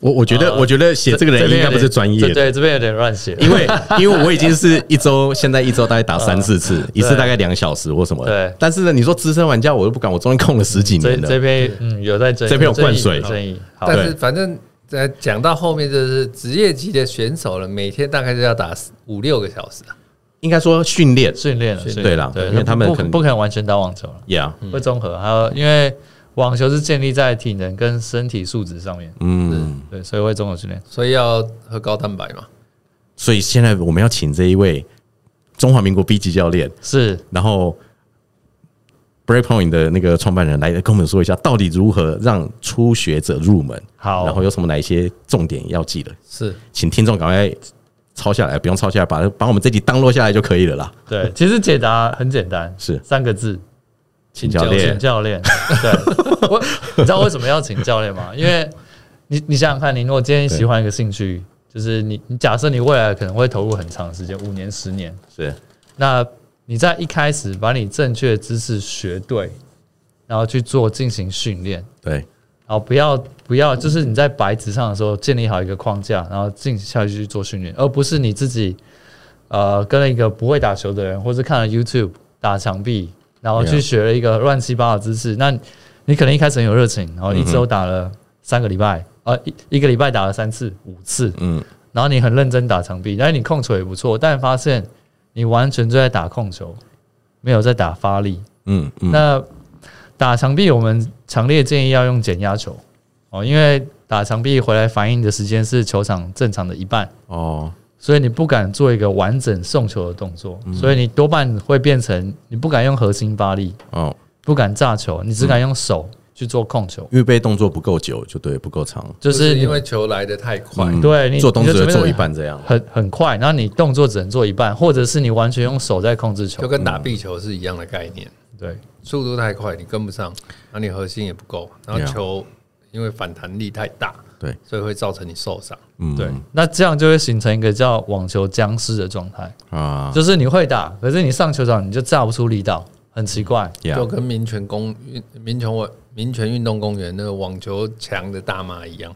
Speaker 1: 我我觉得，
Speaker 3: 呃
Speaker 1: 我觉得写这个人应该不是专业
Speaker 3: 这
Speaker 1: 的，
Speaker 3: 对，这边有点乱写。
Speaker 1: 因为因为我已经是一周，现在一周大概打三四次，一次大概两小时或什么的。
Speaker 3: 嗯对
Speaker 1: 但是呢，你说资深玩家，我又不敢，我中间空了十几
Speaker 3: 这
Speaker 1: 年
Speaker 3: 这
Speaker 1: 了。
Speaker 3: 边嗯有在争议，
Speaker 1: 这边有灌水
Speaker 3: 有争议。好，
Speaker 2: 但是反正呃，讲到后面就是职业级的选手了，每天大概就要打五六个小时啊。
Speaker 1: 应该说训练
Speaker 3: 训练了，训练
Speaker 1: 对啦
Speaker 3: 对，
Speaker 1: 因为他们
Speaker 3: 不
Speaker 1: 可能嗯
Speaker 3: 不可能完全打网球了，
Speaker 1: ，Yeah，
Speaker 3: 会综合。还有，因为网球是建立在体能跟身体素质上面，
Speaker 1: 嗯，
Speaker 3: 对，所以会综合训练。
Speaker 2: 所以要喝高蛋白嘛，
Speaker 1: 所以现在我们要请这一位中华民国 B 级教练，
Speaker 3: 是
Speaker 1: 然后 Breakpoint 的那个创办人来跟我们说一下，到底如何让初学者入门，
Speaker 3: 好
Speaker 1: 然后有什么哪一些重点要记得，
Speaker 2: 是
Speaker 1: 请听众赶快抄下来，不用抄下来，把把我们这集当落下来就可以了啦。
Speaker 3: 对，其实解答很简单，
Speaker 1: 是
Speaker 3: 三个字：
Speaker 1: 请教
Speaker 2: 对
Speaker 3: 请
Speaker 1: 练，
Speaker 3: 教练。 对，我你知道为什么要请教练吗？因为你你想想看，你如果今天喜欢一个兴趣，就是你你假设你未来可能会投入很长时间，五年、十年，
Speaker 1: 是
Speaker 3: 那你在一开始把你正确的知识学对，然后去做进行训练，
Speaker 1: 对，
Speaker 3: 然后不要不要，就是你在白纸上的时候建立好一个框架，然后进下去去做训练，而不是你自己呃跟了一个不会打球的人，或是看了 YouTube 打墙壁，然后
Speaker 1: Yeah
Speaker 3: 去学了一个乱七八糟的姿势。那你可能一开始很有热情，然后一周打了三个礼拜，呃一一个礼拜打了三次、五次，
Speaker 1: 嗯，
Speaker 3: 然后你很认真打墙壁，但是你控球也不错，但发现你完全就在打控球，没有在打发力。
Speaker 1: 嗯嗯，
Speaker 3: 那打墙壁，我们强烈建议要用减压球哦，因为打墙壁回来反应的时间是球场正常的一半，
Speaker 1: 哦，
Speaker 3: 所以你不敢做一个完整送球的动作，
Speaker 2: 嗯
Speaker 3: 所以你多半会变成你不敢用核心发力，
Speaker 1: 哦，
Speaker 3: 不敢炸球，你只敢用手去做控球，
Speaker 1: 预备动作不够久，就对，不够长，
Speaker 3: 就
Speaker 2: 就是
Speaker 3: 是
Speaker 2: 因
Speaker 3: 你
Speaker 2: 为球来的太快，
Speaker 1: 嗯
Speaker 3: 对你
Speaker 1: 做动
Speaker 3: 你
Speaker 1: 作
Speaker 3: 就
Speaker 1: 就
Speaker 3: 准备
Speaker 1: 做一半这样，
Speaker 3: 很很快，然后你动作只能做一半，或者是你完全用手在控制球
Speaker 2: 就，跟打壁球是一样的概念。
Speaker 3: 对。
Speaker 2: 速度太快，你跟不上，然后你核心也不够，然后
Speaker 1: Yeah
Speaker 2: 球因为反弹力太大，
Speaker 1: 对，
Speaker 2: 所以会造成你受伤。
Speaker 1: 嗯，
Speaker 3: 对，那这样就会形成一个叫网球僵尸的状态，
Speaker 1: 啊，
Speaker 3: 就是你会打，可是你上球场你就炸不出力道，很奇怪。
Speaker 2: 就
Speaker 1: Yeah，
Speaker 2: 跟民权公运民权我民权运动公园那个网球强的大妈一样，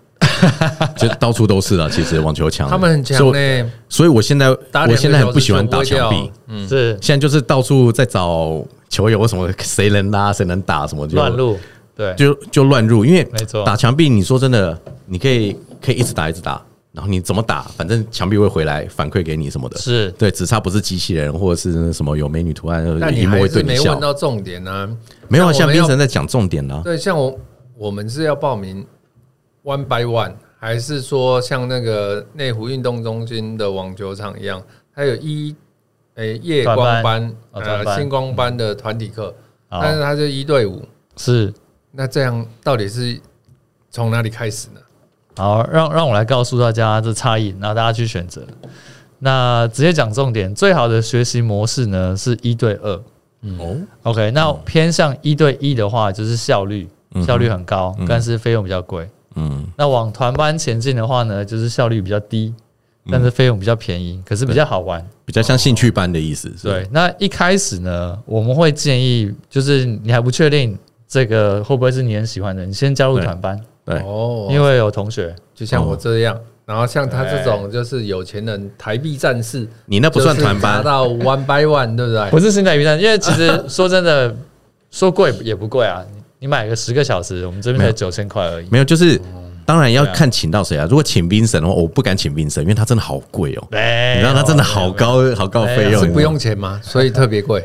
Speaker 1: 就到处都是了。其实网球强，
Speaker 2: 他们很
Speaker 1: 嗯所以
Speaker 2: 强
Speaker 1: 我
Speaker 2: 呢、
Speaker 1: 所以我现在
Speaker 2: 打
Speaker 1: 我
Speaker 2: 两个
Speaker 1: 现在很不喜欢打墙
Speaker 2: 小时
Speaker 1: 壁
Speaker 2: 就，嗯，
Speaker 3: 是
Speaker 1: 现在就是到处在找球友什么，谁能拉谁能打什么就
Speaker 3: 乱入，对，
Speaker 1: 就就乱入，因为
Speaker 3: 没错
Speaker 1: 打墙壁，你说真的，你可以可以一直打一直打，然后你怎么打，反正墙壁会回来反馈给你什么的。
Speaker 3: 是
Speaker 1: 对，只差不是机器人或者是什么有美女图案，
Speaker 2: 啊但
Speaker 1: 一
Speaker 2: 你
Speaker 1: 幕
Speaker 2: 还
Speaker 1: 会
Speaker 2: 是
Speaker 1: 对你
Speaker 2: 没
Speaker 1: 笑
Speaker 2: 问。到重点啊。
Speaker 1: 没有啊，
Speaker 2: 像
Speaker 1: 像
Speaker 2: 我们
Speaker 1: 冰
Speaker 2: 要
Speaker 1: 神在讲重点啦。
Speaker 2: 对，像我我们是要报名 one by one，还是说像那个内湖运动中心的网球场一样，它有一诶、夜
Speaker 3: 短
Speaker 2: 光
Speaker 3: 班
Speaker 2: 班、
Speaker 3: 哦短班
Speaker 2: 呃星光
Speaker 1: 嗯
Speaker 2: 班的团体课，
Speaker 1: 哦
Speaker 3: 好
Speaker 2: 但是它是一对五，
Speaker 3: 是。
Speaker 2: 那这样到底是从哪里开始呢？
Speaker 3: 好，让让我来告诉大家这差异，然后大家去选择。那直接讲重点，最好的学习模式呢是一对二。
Speaker 1: 哦，
Speaker 3: OK，那偏向一对一的话，就是效率
Speaker 1: 嗯哼
Speaker 3: 效率很高，但是费用比较贵。
Speaker 1: 嗯，
Speaker 3: 那往团班前进的话呢，就是效率比较低，但
Speaker 1: 嗯
Speaker 3: 是费用比较便宜，可是比较好玩。
Speaker 1: 比较像兴趣班的意思。是吧，
Speaker 3: 对，那一开始呢，我们会建议，就是你还不确定这个会不会是你很喜欢的，你先加入
Speaker 1: 对
Speaker 3: 团班，
Speaker 1: 对
Speaker 2: 哦，
Speaker 3: 因为有同学
Speaker 2: 就像我这样，然后像他这
Speaker 3: 对
Speaker 2: 种就是有钱人台币战士，
Speaker 1: 你哎那不算团
Speaker 2: 就是
Speaker 1: 班
Speaker 2: 拿，到 one by one，对不对？
Speaker 3: 不是现在鱼蛋，因为其实说 真的，说贵也不贵啊，你你买个十个小时，我们这边
Speaker 1: 没有
Speaker 3: 才九千块而已。
Speaker 1: 没有，就是
Speaker 2: 哦
Speaker 1: 当然要
Speaker 3: 对啊
Speaker 1: 看请到谁啊。如果请冰神的话，我不敢请冰神，因为他真的好贵哦。
Speaker 3: 没
Speaker 1: 你
Speaker 3: 有
Speaker 1: 知道他真的好，高好高费
Speaker 2: 哎
Speaker 3: 没有
Speaker 1: 用，
Speaker 2: 是不用钱吗？所以特别贵。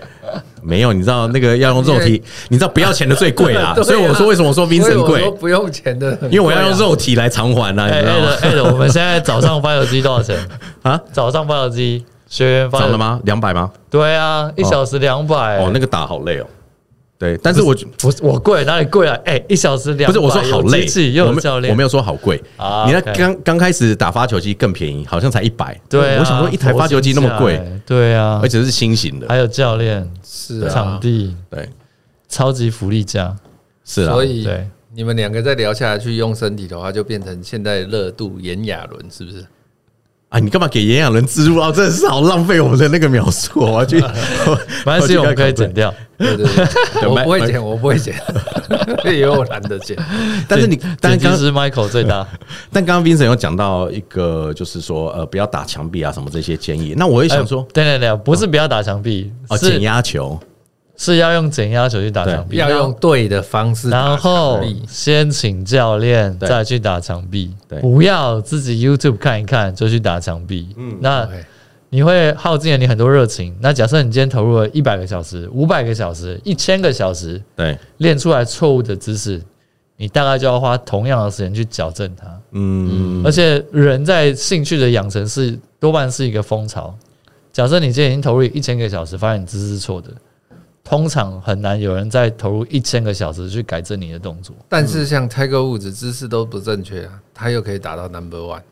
Speaker 1: 没有，你知道那个要用肉体，你知道不要钱的最贵啦，
Speaker 2: 哎 对啊
Speaker 1: 所以我说为什么说
Speaker 2: 所以
Speaker 1: Vincent
Speaker 2: 我说
Speaker 1: 贵，
Speaker 2: 不用钱的，
Speaker 1: 因为我要用肉体来偿还啦，
Speaker 3: 哎
Speaker 1: 你
Speaker 3: 哎
Speaker 1: 知道
Speaker 3: 的
Speaker 1: 吗？
Speaker 3: 哎的，我们现在早上发油机多 少钱？
Speaker 1: 啊，
Speaker 3: 早上发油机学员发
Speaker 1: 涨了？吗？两百吗？
Speaker 3: 对啊，一小时两百。
Speaker 1: 哦，那个打好累哦。对，但是我
Speaker 3: 哎不是我贵哪里贵啊？哎，一小时两
Speaker 1: 不是我说好累
Speaker 3: 机器，又
Speaker 1: 我
Speaker 3: 有
Speaker 1: 没
Speaker 3: 教练，
Speaker 1: 我没有说好贵
Speaker 3: 啊
Speaker 1: 你那
Speaker 3: OK
Speaker 1: 刚刚开始打发球机更便宜，好像才一百。
Speaker 3: 对啊，
Speaker 1: 我想说一台发球机那么贵
Speaker 3: 佛，心价欸，对啊
Speaker 1: 而，且是新型的。
Speaker 3: 还有教练、
Speaker 2: 是啊
Speaker 3: 场，地、
Speaker 1: 对，
Speaker 3: 超级福利价，
Speaker 1: 是啊
Speaker 2: 所。以
Speaker 3: 对
Speaker 2: 你们两个再聊下去，用身体的话，就变成现在的热度炎亚纶是 不是？
Speaker 1: 啊，你干嘛给炎亚纶植入啊？真的是好浪费我们的那个描述，我 要去。没
Speaker 3: 没关系，我们可以剪。掉。
Speaker 2: 对对对，
Speaker 1: 对
Speaker 2: 我
Speaker 1: 蛮
Speaker 2: 不会
Speaker 1: 蛮
Speaker 2: 剪，我不会剪， 因为我懒得剪。
Speaker 1: 但是你，但
Speaker 3: 剪辑
Speaker 1: 刚
Speaker 3: 师 Michael 最大，
Speaker 1: 但刚刚 Vincent 有讲到一个，就是说呃，不要打墙壁啊，什么这些建议。那我也想说
Speaker 3: 哎，等等等，不是不要打墙壁，
Speaker 1: 哦，减
Speaker 3: 是
Speaker 1: 压球
Speaker 3: 是要用减压球去打墙壁，
Speaker 2: 要用对的方式打
Speaker 3: 然后
Speaker 2: 墙壁，
Speaker 3: 先请教练
Speaker 1: 对
Speaker 3: 再去打墙壁
Speaker 1: 对，
Speaker 3: 不要自己 YouTube 看一看就去打墙壁。嗯，那
Speaker 2: OK
Speaker 3: 你会耗尽了你很多热情。那假设你今天投入了一百个小时、五百个小时、一千个小时，
Speaker 1: 对，
Speaker 3: 练出来错误的姿势，你大概就要花同样的时间去矫正它。
Speaker 1: 嗯，
Speaker 3: 而且人在兴趣的养成是多半是一个风潮。假设你今天已经投入一千个小时，发现你姿势是错的，通常很难有人再投入一千个小时去改正你的动作。
Speaker 2: 但是像 Tiger Woods 姿势都不正确啊，他又可以打到 Number One。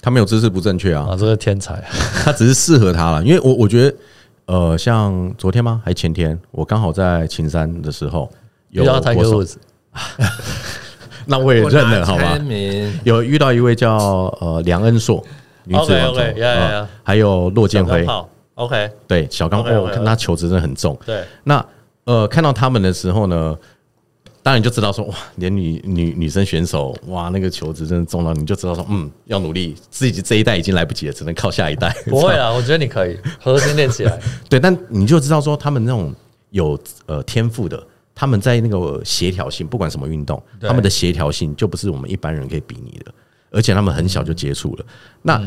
Speaker 1: 他没有姿势不正确啊，
Speaker 3: 啊，这个天才！
Speaker 1: 他只是适合他了。因为我我觉得，呃，像昨天吗？还前天，我刚好在秦山的时候有
Speaker 3: 遇到 Tiger
Speaker 1: 国手
Speaker 3: Woods，
Speaker 1: 那我也
Speaker 2: 我
Speaker 1: 认
Speaker 2: 拿
Speaker 1: 了，好吧
Speaker 2: 签？名
Speaker 1: 有遇到一位叫呃梁恩硕女子网
Speaker 3: OK，OK，
Speaker 1: 球，
Speaker 3: 呀呀
Speaker 1: 呃
Speaker 3: 呀
Speaker 1: 还有骆建辉，
Speaker 3: 好，OK，
Speaker 1: 对小刚，
Speaker 3: OK，OK，
Speaker 1: 哦，我看
Speaker 3: OK
Speaker 1: 他球质真的很重。
Speaker 3: 对，
Speaker 1: 那呃，看到他们的时候呢，当然你就知道说哇，连女女女生选手哇，那个球质真的重到，你就知道说嗯，要努力，自己这一代已经来不及了，只能靠下一代。
Speaker 3: 不会啦，我觉得你可以核心练起来。
Speaker 1: 对，但你就知道说他们那种有呃天赋的，他们在那个协调性，不管什么运动，
Speaker 3: 对
Speaker 1: 他们的协调性就不是我们一般人可以比拟的，而且他们很小就接触了。那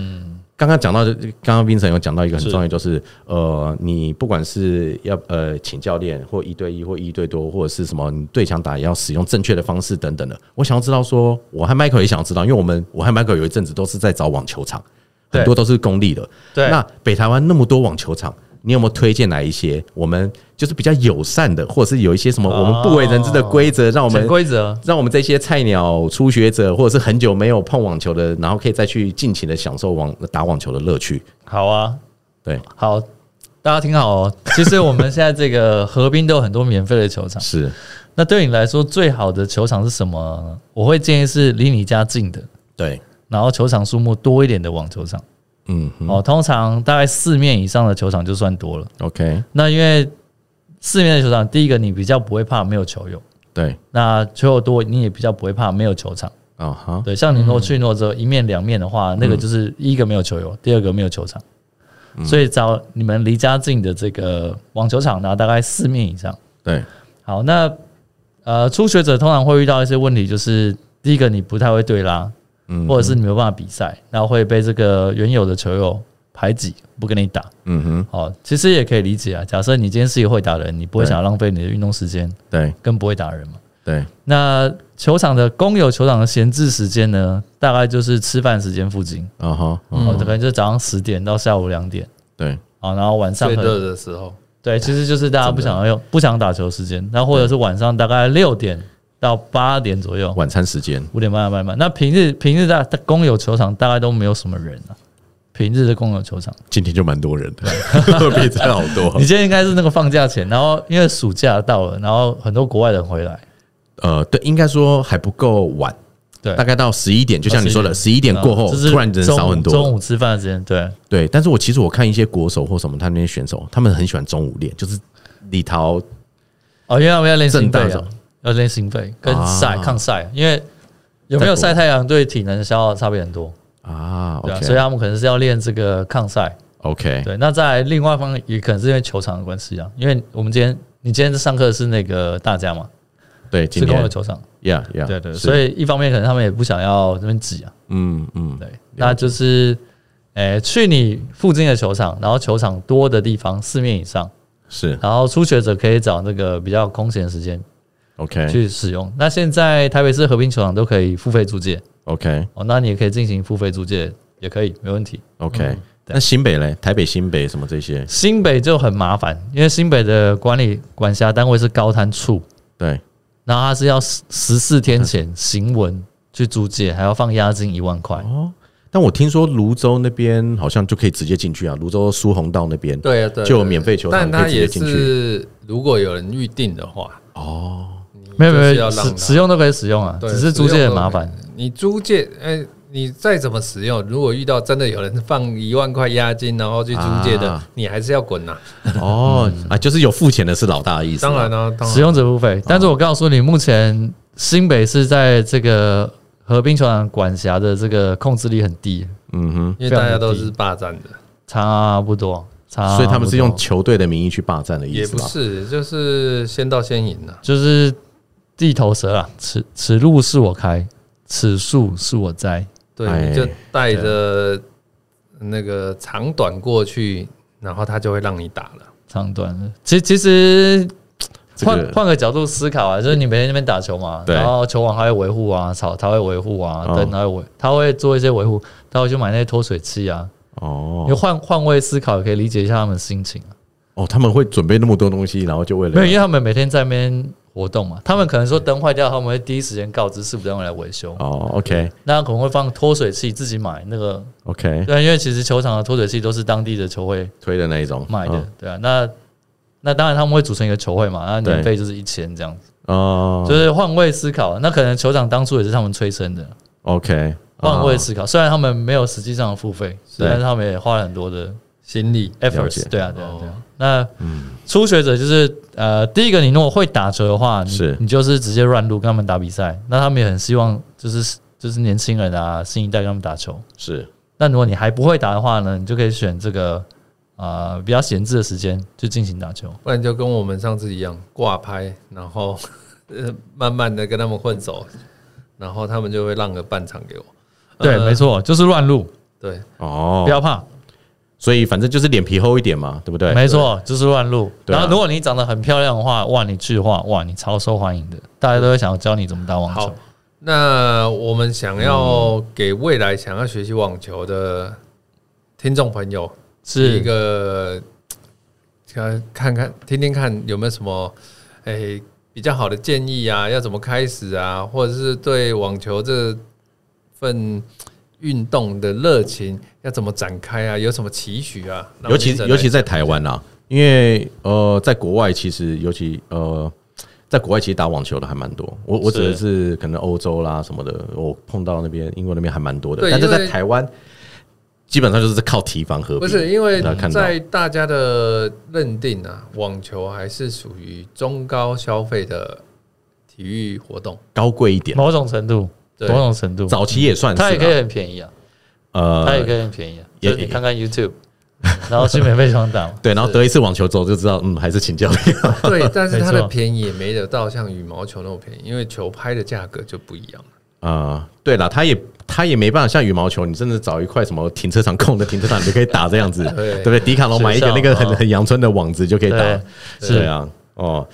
Speaker 1: 刚刚讲到，刚刚冰城有讲到一个很
Speaker 3: 嗯是
Speaker 1: 重要，就是呃，你不管是要呃请教练或一对一或一对多，或者是什么你对墙打，也要使用正确的方式等等的。我想要知道说，我和 Michael 也想要知道，因为我们我和 Michael 有一阵子都是在找网球场，
Speaker 3: 对
Speaker 1: 很多都是公立的，
Speaker 3: 对
Speaker 1: 那北台湾那么多网球场，你有没有推荐哪一些我们就是比较友善的，或者是有一些什么
Speaker 3: 哦
Speaker 1: 我们不为人知的规则， 让我
Speaker 3: 潜
Speaker 1: 们
Speaker 3: 规则，
Speaker 1: 让我们这些菜鸟初学者，或者是很久没有碰网球的，然后可以再去尽情的享受网打网球的乐趣。
Speaker 3: 好啊，
Speaker 1: 对，
Speaker 3: 好，大家听好哦。 其实我们现在这个河滨都有很多免费的球场，
Speaker 1: 是
Speaker 3: 那对你来说最好的球场是什么呢？我会建议是离你家近的，
Speaker 1: 对，
Speaker 3: 然后球场数目多一点的网球场。
Speaker 1: 嗯哼
Speaker 3: 哦，通常大概四面以上的球场就算多了。
Speaker 1: ，OK，
Speaker 3: 那因为四面的球场，第一个你比较不会怕没有球友，
Speaker 1: 对，
Speaker 3: 那球友多你也比较不会怕没有球场。
Speaker 1: 啊哈，
Speaker 3: 对，像你如果去诺州一面两面的话，
Speaker 1: 嗯
Speaker 3: 那个就是一个没有球友，第二个没有球场，所以找你们离家近的这个网球场，然后大概四面以上。
Speaker 1: 对，
Speaker 3: 好，那呃，初学者通常会遇到一些问题，就是第一个你不太会对拉，
Speaker 1: 嗯
Speaker 3: 或者是你没有办法比赛，然后会被这个原有的球友排挤，不跟你打。
Speaker 1: 嗯哼，
Speaker 3: 哦，其实也可以理解啊。假设你今天是一个会打的人，你不会
Speaker 1: 对
Speaker 3: 想要浪费你的运动时间，
Speaker 1: 对
Speaker 3: 跟不会打的人嘛。
Speaker 1: 对，
Speaker 3: 那球场的公有球场的闲置时间呢，大概就是吃饭时间附近，
Speaker 1: 啊哈，
Speaker 3: 哦，可能就是早上十点到下午两点，
Speaker 1: 对，
Speaker 3: 哦，然后晚上
Speaker 2: 最
Speaker 3: 可
Speaker 2: 热
Speaker 3: 能
Speaker 2: 的时候，
Speaker 3: 对，其实就是大家不想要用不想打球时间，那或者是晚上大概六点到八点左右，
Speaker 1: 晚餐时间，
Speaker 3: 五点半到八点半。那平日平日大公有球场大概都没有什么人啊，平日的公有球场，
Speaker 1: 今天就蛮多 人的，比这好多
Speaker 3: 你。今天应该是那个放假前，然后因为暑假到了，然后很多国外人回来，
Speaker 1: 呃，对，应该说还不够晚，
Speaker 3: 对，
Speaker 1: 大概到十一点，就像你说的，啊十一点过后
Speaker 3: 嗯就是
Speaker 1: 突然人少很多。
Speaker 3: 中午中午吃饭的时间，对，
Speaker 1: 对，但是我其实我看一些国手或什么，他们那些选手，他们很喜欢中午练，就是李桃
Speaker 3: 哦，因为我们要练心
Speaker 1: 正
Speaker 3: 肺、
Speaker 1: 大
Speaker 3: 啊，要练心肺跟晒、
Speaker 1: 啊
Speaker 3: 抗晒，因为有没有晒太阳对体能的消耗差别很多，
Speaker 1: 啊
Speaker 3: 对、啊所以
Speaker 1: ，OK 哎
Speaker 3: 他们可能是要练这个抗晒。
Speaker 1: OK，
Speaker 3: 对，那在另外一方面也可能是因为球场的关系啊，因为我们今天你今天上课是那个大家嘛，
Speaker 1: 对，
Speaker 3: 是
Speaker 1: 今
Speaker 3: 公的
Speaker 1: 天
Speaker 3: 球场，
Speaker 1: ，Yeah Yeah，
Speaker 3: 对对，
Speaker 1: 是
Speaker 3: 所以一方面可能他们也不想要这边挤啊，
Speaker 1: 嗯嗯，
Speaker 3: 对，那就是诶、去你附近的球场，然后球场多的地方，四面以上，
Speaker 1: 是
Speaker 3: 然后初学者可以找那个比较空闲的时间
Speaker 1: OK
Speaker 3: 去使用。那现在台北市和平球场都可以付费租借
Speaker 1: OK
Speaker 3: 哦，那你也可以进行付费租借，也可以没问题。
Speaker 1: OK。那新北嘞，台北新北什么这些？
Speaker 3: 新北就很麻烦，因为新北的管理管辖单位是高滩处，
Speaker 1: 对，
Speaker 3: 然后它是要十十四天前行文去租借，还要放押金一万块。
Speaker 1: 但我听说泸州那边好像就可以直接进去啊，泸州苏红道那边
Speaker 2: 对啊，对啊，
Speaker 1: 就有
Speaker 2: 对啊
Speaker 1: 免费球场
Speaker 2: 但
Speaker 1: 可
Speaker 2: 它
Speaker 1: 以直接
Speaker 2: 也
Speaker 1: 进去
Speaker 2: 是如果有人预定的话，
Speaker 1: 哦，
Speaker 3: 没有
Speaker 2: 就
Speaker 3: 没
Speaker 2: 是
Speaker 3: 有，
Speaker 2: 要让
Speaker 3: 使
Speaker 2: 它
Speaker 3: 使用都可以使用啊，
Speaker 2: 对
Speaker 3: 只是租借很麻
Speaker 2: 使
Speaker 3: 烦
Speaker 2: 用。你租借，哎、你再怎么使用，如果遇到真的有人放一万块押金，然后去租借的，
Speaker 1: 啊
Speaker 2: 你还是要滚呐、
Speaker 1: 哦
Speaker 3: 嗯
Speaker 1: 啊，就是有付钱的是老大的意思啊。
Speaker 2: 当然啦、当然
Speaker 3: 使用者付费。但是我告诉你，目前新北市在这个河滨球场管辖的这个控制力很低，
Speaker 1: 嗯哼，
Speaker 2: 因为大家都是霸占的，
Speaker 3: 差不多，差不多
Speaker 1: 所以他们是用球队的名义去霸占的意
Speaker 3: 啊
Speaker 2: 也
Speaker 1: 思
Speaker 2: 不
Speaker 1: 吧？
Speaker 2: 是，就是先到先赢啊呐、
Speaker 3: 就是地头蛇啊，此此路是我开，此树是我栽。
Speaker 2: 对，
Speaker 1: 哎
Speaker 2: 你就带
Speaker 3: 啊
Speaker 2: 着那个长短过去，然后他就会让你打了。
Speaker 3: 长短的，其其实
Speaker 1: 这
Speaker 3: 换
Speaker 1: 个
Speaker 3: 换个角度思考啊，就是你每天在那边打球嘛，
Speaker 1: 对
Speaker 3: 然后球网还会维护啊，草它会维护啊，
Speaker 1: 哦
Speaker 3: 灯它会维，它会做一些维护，它会去买那些脱水器啊。你
Speaker 1: 哦
Speaker 3: 换换位思考，也可以理解一下他们的心情啊。
Speaker 1: 哦，他们会准备那么多东西，然后就为
Speaker 3: 没有，因
Speaker 1: 了
Speaker 3: 为他们每天在那边活动嘛，他们可能说灯坏掉，他们会第一时间告知市府单位来维修。
Speaker 1: 哦，OK
Speaker 3: 那可能会放脱水器，自己买那个。
Speaker 1: OK
Speaker 3: 对，因为其实球场的脱水器都是当地的球会
Speaker 1: 推的那一种
Speaker 3: 卖的，对啊。那那当然他们会组成一个球会嘛，那年费就是一千这样子，
Speaker 1: 嗯哦，
Speaker 3: 就是换位思考。那可能球场当初也是他们催生的，
Speaker 1: OK
Speaker 3: 换
Speaker 1: 哦
Speaker 3: 位思考。虽然他们没有实际上的付费，
Speaker 1: 对
Speaker 3: 但是他们也花了很多的
Speaker 2: 心力
Speaker 3: efforts
Speaker 1: 解。嗯
Speaker 3: 对啊，对啊
Speaker 2: 哦，
Speaker 3: 对啊。那初学者就是呃，第一个你如果会打球的话，你
Speaker 1: 是
Speaker 3: 你就是直接乱入跟他们打比赛，那他们也很希望就是就是年轻人啊，新一代跟他们打球。
Speaker 1: 是
Speaker 3: 那如果你还不会打的话呢，你就可以选这个呃比较闲置的时间去进行打球。
Speaker 2: 不然就跟我们上次一样挂拍，然后 呃慢慢的跟他们混走，然后他们就会让个半场给我。
Speaker 3: 对，
Speaker 2: 呃
Speaker 3: 没错，就是乱入，
Speaker 2: 对，
Speaker 1: 哦
Speaker 3: 不，要怕，
Speaker 1: 所以反正就是脸皮厚一点嘛，对不对？
Speaker 3: 没错，就是乱入。
Speaker 1: 对啊
Speaker 3: 然后如果你长得很漂亮的话，哇，你去的话，哇，你超受欢迎的，大家都会想要教你怎么打网球
Speaker 2: 好。，那我们想
Speaker 1: 嗯
Speaker 2: 要给未来想要学习网球的听众朋友一
Speaker 3: 是
Speaker 2: 个，看看看听听看有没有什么诶、比较好的建议啊？要怎么开始啊？或者是对网球这份运动的热情要怎么展开啊？有什么期许啊？
Speaker 1: 尤其
Speaker 2: 让我们一起来
Speaker 1: 尤其在台湾啊，因为呃，在国外其实尤其呃，在国外其实打网球的还蛮多。我我
Speaker 3: 是
Speaker 1: 指的是可能欧洲啦什么的，我碰到那边英国那边还蛮多的，
Speaker 2: 对
Speaker 1: 但是
Speaker 2: 因为
Speaker 1: 在台湾基本上就是靠提防合
Speaker 2: 不
Speaker 1: 并。
Speaker 2: 是因为
Speaker 1: 大家看到
Speaker 2: 在大家的认定啊，网球还是属于中高消费的体育活 动。
Speaker 1: 高贵一点，
Speaker 3: 某种程度，某
Speaker 2: 对
Speaker 3: 种程度，
Speaker 1: 早期也算是
Speaker 3: 嗯它也可以
Speaker 1: 啦
Speaker 3: 很便宜啊，它也
Speaker 1: 呃
Speaker 3: 可以很便宜啊。
Speaker 1: 也
Speaker 3: 就是你看看 YouTube，然后去免费场打嘛。
Speaker 1: 对，然后得一次网球肘就知道，嗯，还是请教练。
Speaker 2: 对，但是它
Speaker 3: 没
Speaker 2: 的
Speaker 3: 错
Speaker 2: 便宜也没得到像羽毛球那么便宜，因为球拍的价格就不一样。
Speaker 1: 啊，对了，他也他也没办法像羽毛球，你真的找一块什么停车场空的停车场，你就可以打这样 子，
Speaker 2: 对
Speaker 1: 对不对？迪卡侬买一个
Speaker 3: 学校
Speaker 1: 那个很
Speaker 3: 哦
Speaker 1: 很阳春的网子就可以打
Speaker 3: 对，是
Speaker 1: 对啊，哦，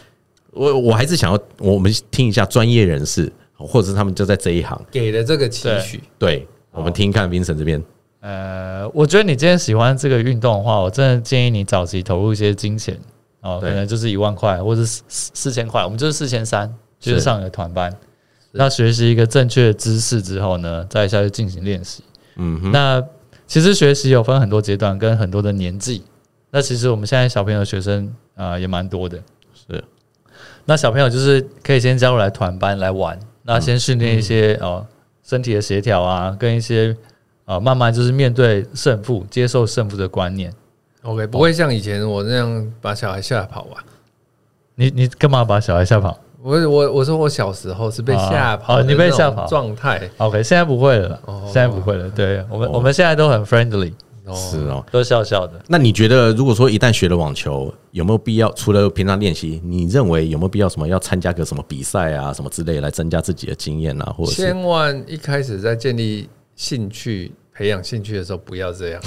Speaker 1: 我我还是想要我们听一下专业人士，或者是他们就在这一行，
Speaker 2: 给了这个期许，
Speaker 1: 对
Speaker 3: 哦
Speaker 1: 我们听一看 Vincent 这边，
Speaker 3: 呃，我觉得你今天喜欢这个运动的话，我真的建议你早期投入一些金钱哦，
Speaker 1: 对
Speaker 3: 可能就是一万块或者是四四千块，我们就是四千三，就是
Speaker 1: 是
Speaker 3: 上一个团班。那学习一个正确的知识之后呢，再下去进行练习。
Speaker 1: 嗯哼，
Speaker 3: 那其实学习有分很多阶段跟很多的年纪。那其实我们现在小朋友学生啊、呃也蛮多的。
Speaker 1: 是
Speaker 3: 那小朋友就是可以先加入来团班来玩，那先训练一些、
Speaker 1: 嗯
Speaker 3: 呃身体的协调啊，跟一些呃慢慢就是面对胜负、接受胜负的观念。
Speaker 2: OK，不会像以前我那样把小孩吓跑啊。
Speaker 3: 你你干嘛把小孩吓跑
Speaker 2: 我我我说我小时候是被吓跑
Speaker 3: 啊
Speaker 2: 的
Speaker 3: 哦你被吓跑
Speaker 2: 那种状态
Speaker 3: ？OK，现在不会了啦，
Speaker 2: 哦
Speaker 3: 现在不会了。对我们、
Speaker 1: 哦
Speaker 3: 我们现在都很 friendly，
Speaker 1: 是哦。
Speaker 3: 都笑笑的。
Speaker 1: 那你觉得，如果说一旦学了网球，有没有必要除了平常练习，你认为有没有必要什么要参加个什么比赛啊，什么之类来增加自己的经验啊，或者是
Speaker 2: 千万一开始在建立兴趣培养兴趣的时候不要这 样。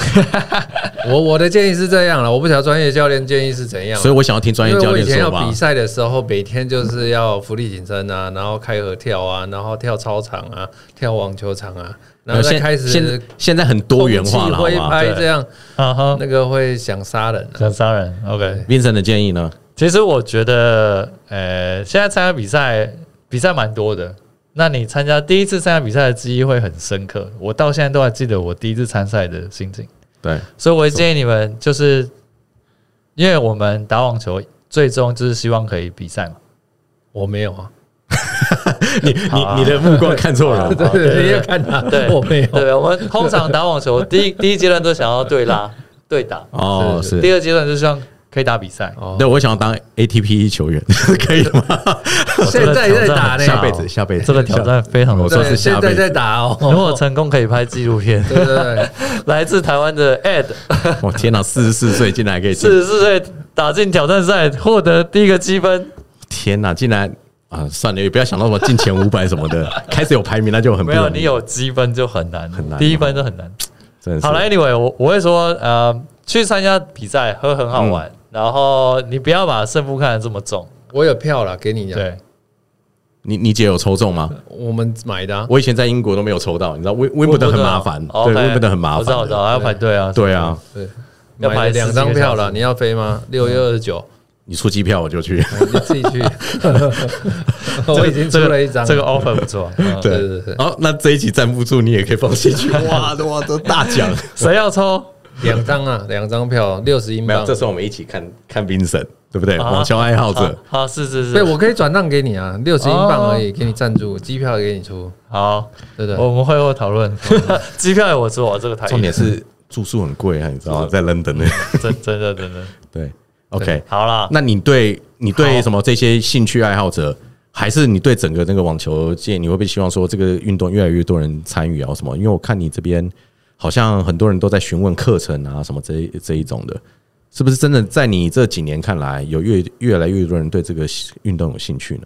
Speaker 2: 我我的建议是这样了，我不晓得专业教练建议是怎样啦，
Speaker 1: 所以我想要听专业
Speaker 2: 因为
Speaker 1: 教
Speaker 2: 我以
Speaker 1: 练
Speaker 2: 前
Speaker 1: 说
Speaker 2: 要
Speaker 1: 吧
Speaker 2: 比。赛的时候，每天就是要浮力挺身啊，然后开合跳啊，然后跳操场啊，跳网球场啊，然
Speaker 1: 没有
Speaker 2: 后再
Speaker 1: 呃现
Speaker 2: 开
Speaker 1: 现
Speaker 2: 始
Speaker 1: 现在很多元化了，
Speaker 2: 空气
Speaker 1: 好
Speaker 2: 挥
Speaker 1: 吧
Speaker 2: 拍
Speaker 3: 对
Speaker 2: 这样，
Speaker 3: 啊哈，
Speaker 2: 那个会想杀人啊。
Speaker 3: 想杀人，OK。
Speaker 1: ？Vincent 的建议呢？
Speaker 3: 其实我觉得，呃，现在参加比赛比赛蛮多的。那你参加第一次参加比赛的记忆会很深刻，我到现在都还记得我第一次参赛的心情。
Speaker 1: 对，
Speaker 3: 所以我会建议你们，就是因为我们打网球最终就是希望可以比赛嘛。
Speaker 2: 我没有啊，
Speaker 1: 你你你的目光看错人
Speaker 2: 对
Speaker 1: 了。
Speaker 2: 对对，你也看他，
Speaker 3: 对，
Speaker 2: 我没有。
Speaker 3: 对，我们通常打网球第一第一阶段都想要对拉对打，
Speaker 1: 哦，是
Speaker 3: 第。二阶段就是希望可以打比赛。
Speaker 2: 哦
Speaker 1: 对，，我想要当 ATP 球员， 可以吗？
Speaker 2: 现在在打呢，
Speaker 1: 下辈子，下辈子，
Speaker 3: 这个挑战非常
Speaker 1: 我
Speaker 3: 的
Speaker 1: 说
Speaker 3: 大。
Speaker 2: 对
Speaker 1: 是下
Speaker 2: 现
Speaker 1: 辈
Speaker 2: 在
Speaker 1: 子
Speaker 2: 在打哦。
Speaker 3: 如果成功可以拍纪录片，
Speaker 2: 对对对，
Speaker 3: 来自台湾的 AD
Speaker 1: 我天哪，四十四岁竟然还可以进
Speaker 3: 四，十四岁打进挑战赛，获得第一个积分，
Speaker 1: 天哪，竟然啊，算了，也不要想到什么进前五百什么的，开始有排名那就很不
Speaker 3: 没有
Speaker 1: 容易
Speaker 3: 你有积分就很难，
Speaker 1: 很难
Speaker 3: 第一分就很难。
Speaker 1: 真的是
Speaker 3: 好了，Anyway，我我会说，呃，去参加比赛会很好
Speaker 1: 嗯
Speaker 3: 玩，然后你不要把胜负看得这么重，
Speaker 2: 我有票了，给你讲。
Speaker 3: 对，
Speaker 1: 你你姐有抽中吗？
Speaker 2: 我们买的啊，
Speaker 1: 我以前在英国都没有抽到，你知道威威伯登很麻烦，
Speaker 3: 哦
Speaker 1: 对，
Speaker 3: OK，
Speaker 1: 威伯登很麻
Speaker 3: 我知道，我
Speaker 1: 烦
Speaker 3: 知，道，还要排队啊，
Speaker 1: 对啊，
Speaker 2: 对，
Speaker 3: 要
Speaker 2: 买
Speaker 3: 排
Speaker 2: 了两张票
Speaker 3: 十几个小
Speaker 2: 了。
Speaker 3: 时
Speaker 2: 你要飞吗？六月二十九，
Speaker 1: 你出机票我就去，
Speaker 2: 你自己 去。
Speaker 3: 这个，
Speaker 2: 我已经出了一张了，
Speaker 3: 这个这个 offer 不 错，嗯
Speaker 2: 对对对
Speaker 1: 哦好，那这一集站不住，你也可以放进去，哇哇，这大奖
Speaker 3: 谁要抽？
Speaker 2: 两张啊，两张票六十 英
Speaker 1: 没有，
Speaker 2: 镑
Speaker 1: 这。时候我们一起看看冰神，对不对？
Speaker 3: 啊
Speaker 1: 网球爱好者，
Speaker 3: 好，是是
Speaker 2: 对，
Speaker 3: 是，
Speaker 2: 我可以转让给你啊，六十英
Speaker 3: 哦
Speaker 2: 镑而已，给你赞助，机票给你出，
Speaker 3: 好，
Speaker 2: 对不对？
Speaker 3: 我们会后讨论， 机票也我出，我这个台
Speaker 1: 重点是住宿很贵啊，你知道吗？在 London 呢，
Speaker 3: 真真的真的
Speaker 1: 对，OK，
Speaker 2: 对
Speaker 3: 好啦，
Speaker 1: 那你对你对
Speaker 3: 好
Speaker 1: 什么这些兴趣爱好者，还是你对整个那个网球界，你会不会希望说这个运动越来越多人参与啊？什么？因为我看你这边好像很多人都在询问课程啊，什么这一这一种的，是不是真的在你这几年看来，有越越来越多人对这个运动有兴趣呢？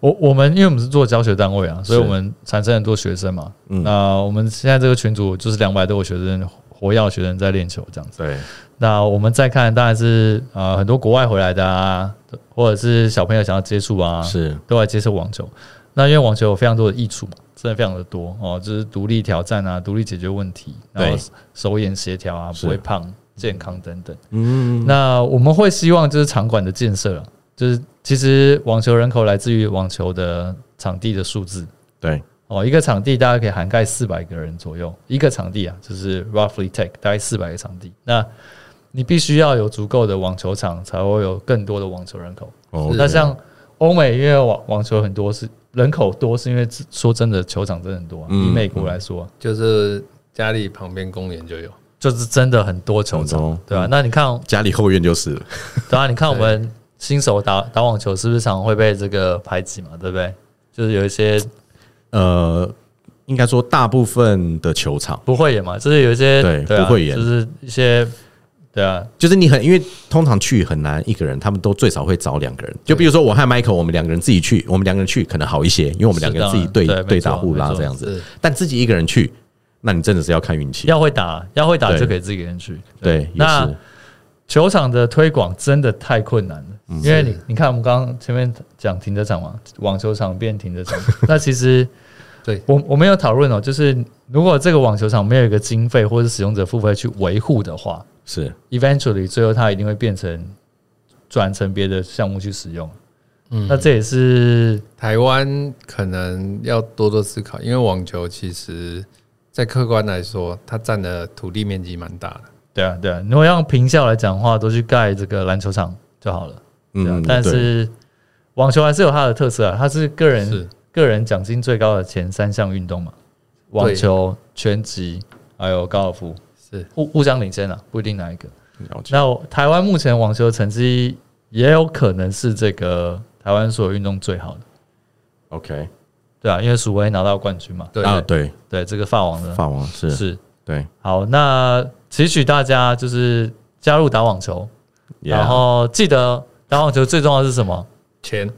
Speaker 3: 我我们因为我们是做教学单位啊，所以
Speaker 1: 是嗯
Speaker 3: 我们产生很多学生嘛。那我们现在这个群组就是两百多个学生，活跃学生在练球这样子。
Speaker 1: 对，
Speaker 3: 那我们再看，当然是呃很多国外回来的啊，或者是小朋友想要接触啊，
Speaker 1: 是
Speaker 3: 都来接触网球。那因为网球有非常多的益处嘛，真的非常的多哦，就是独立挑战啊，独立解决问题，然后
Speaker 1: 对
Speaker 3: 手眼协调啊，
Speaker 1: 是
Speaker 3: 不会胖、健康等等。
Speaker 1: 嗯，
Speaker 3: 那我们会希望就是场馆的建设啊，就是其实网球人口来自于网球的场地的数字
Speaker 1: 对，
Speaker 3: 哦，一个场地大概可以涵盖四百个人左右，一个场地啊，就是 roughly take 大概四百个场地。那你必须要有足够的网球场，才会有更多的网球人口。
Speaker 1: 哦
Speaker 3: 那像欧美，因为网网球很多是人口多，是因为说真的，球场真的很多、啊。
Speaker 1: 嗯
Speaker 3: 以美国来说啊、
Speaker 2: 就是家里旁边公园就有，
Speaker 3: 就是真的很多球
Speaker 1: 很
Speaker 3: 场
Speaker 1: 多，嗯
Speaker 3: 对吧、啊那你看
Speaker 1: 家里后院就是了，
Speaker 3: 对啊，你看我们新手打打网球是不是常会被这个排挤嘛？对不对？就是有一些
Speaker 1: 呃，应该说大部分的球场。
Speaker 3: 不会演嘛，就是有一些
Speaker 1: 对
Speaker 3: 啊
Speaker 1: 不会演
Speaker 3: 就是一些对啊，
Speaker 1: 就是你很，因为通常去很难一个人，他们都最少会找两个人。就比如说我和 Michael，我们两个人自己去，我们两个人去可能好一些，因为我们两个人自己
Speaker 3: 是
Speaker 1: 对
Speaker 3: 当然对
Speaker 1: 对打
Speaker 3: 没错
Speaker 1: 互拉
Speaker 3: 没错
Speaker 1: 这样子
Speaker 2: 是。
Speaker 1: 但自己一个人去，那你真的是要看运气。
Speaker 3: 要会打，要会打
Speaker 1: 对
Speaker 3: 就可以自己一个人去。
Speaker 1: 对，也
Speaker 3: 那
Speaker 1: 是
Speaker 3: 球场的推广真的太困难了，因为你你看我们刚刚前面讲停车场嘛，网球场变停车场，那其实
Speaker 2: 对
Speaker 3: 我我们有讨论哦，就是如果这个网球场没有一个经费或者使用者付费去维护的话，
Speaker 1: 是
Speaker 3: eventually 最后它一定会变成转成别的项目去使用。嗯，那这也是
Speaker 2: 台湾可能要多多思考，因为网球其实，在客观来说，它占的土地面积蛮大的。
Speaker 3: 对啊，对啊。如果用平效来讲的话，都去盖这个篮球场就好了。对啊
Speaker 1: 嗯，
Speaker 3: 但
Speaker 1: 对
Speaker 3: 是网球还是有它的特色啊，它是个人
Speaker 2: 是
Speaker 3: 个人奖金最高的前三项运动嘛，网球、拳击还有高尔夫，
Speaker 2: 是
Speaker 3: 互互相领先啊，不一定哪一个。
Speaker 1: 了解
Speaker 3: 那我台湾目前网球的成绩也有可能是这个台湾所有运动最好的，
Speaker 1: OK
Speaker 3: 对啊，因为鼠威拿到冠军嘛，
Speaker 2: 对，
Speaker 1: 啊，对，
Speaker 3: 对这个法网的
Speaker 1: 法王是
Speaker 3: 是
Speaker 1: 对，
Speaker 3: 好，那期许大家就是加入打网球，然
Speaker 1: yeah
Speaker 3: 后记得打网球最重要的是什么？
Speaker 2: 钱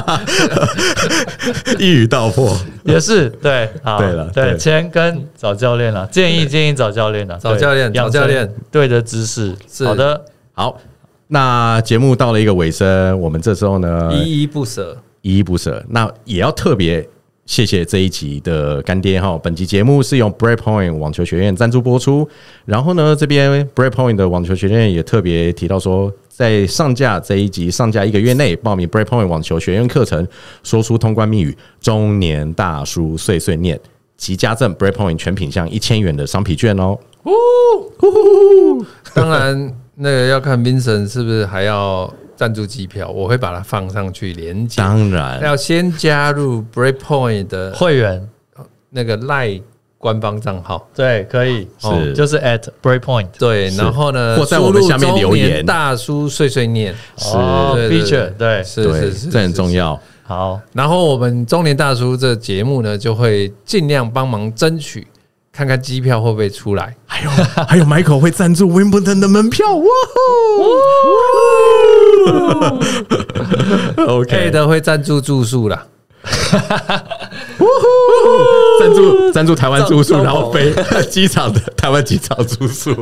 Speaker 1: 一语道破，
Speaker 3: 也是对，好
Speaker 1: 对了对
Speaker 3: 对钱跟找教练了，建议建议找教练了，
Speaker 2: 找
Speaker 3: 对
Speaker 2: 教练
Speaker 3: 养
Speaker 2: 找教
Speaker 3: 成
Speaker 2: 练
Speaker 3: 对的知识，
Speaker 2: 是
Speaker 3: 好的，
Speaker 1: 好，那节目到了一个尾声，我们这时候呢，
Speaker 3: 哎
Speaker 2: 依依不舍。
Speaker 1: 依依不舍。那也要特别谢谢这一集的干爹哈。本集节目是用 Breakpoint 网球学院赞助播出。然后呢，这边 Breakpoint 的网球学院也特别提到说，在上架这一集上架一个月内报名 Breakpoint 网球学院课程，说出通关密语“中年大叔碎碎念”。即加赠 Breakpoint 全品项一千元的商品券哦，
Speaker 2: 当然，那个要看 Vincent 是不是还要赞助机票，我会把它放上去连接。
Speaker 1: 当然
Speaker 2: 要先加入 Breakpoint 的
Speaker 3: 会员
Speaker 2: 那个 Line 官方账号，
Speaker 3: 对可以哦
Speaker 1: 是
Speaker 3: 就是 at breakpoint
Speaker 2: 对，
Speaker 1: 是
Speaker 2: 然后呢，
Speaker 1: 或在我们下面
Speaker 2: 输入
Speaker 1: 留
Speaker 2: 中年
Speaker 1: 言
Speaker 2: 大叔碎碎念，
Speaker 1: 是
Speaker 3: 哦
Speaker 2: 对对对
Speaker 3: feature 对，
Speaker 2: 是
Speaker 1: 对
Speaker 2: 是，是，
Speaker 1: 这很重
Speaker 2: 要。
Speaker 1: 要。
Speaker 3: 好
Speaker 2: 然后我们中年大叔这节目呢，就会尽量帮忙争取，看看机票会不会出来。
Speaker 1: 还有哎 还有，Michael 会赞助 Wimbledon 的门票，哇 哦
Speaker 2: K
Speaker 1: ！OK 的，
Speaker 2: 的会赞助住宿啦，
Speaker 1: 赞助赞助台湾住宿，
Speaker 3: 帐
Speaker 1: 然后飞 机场的台湾机场住 宿，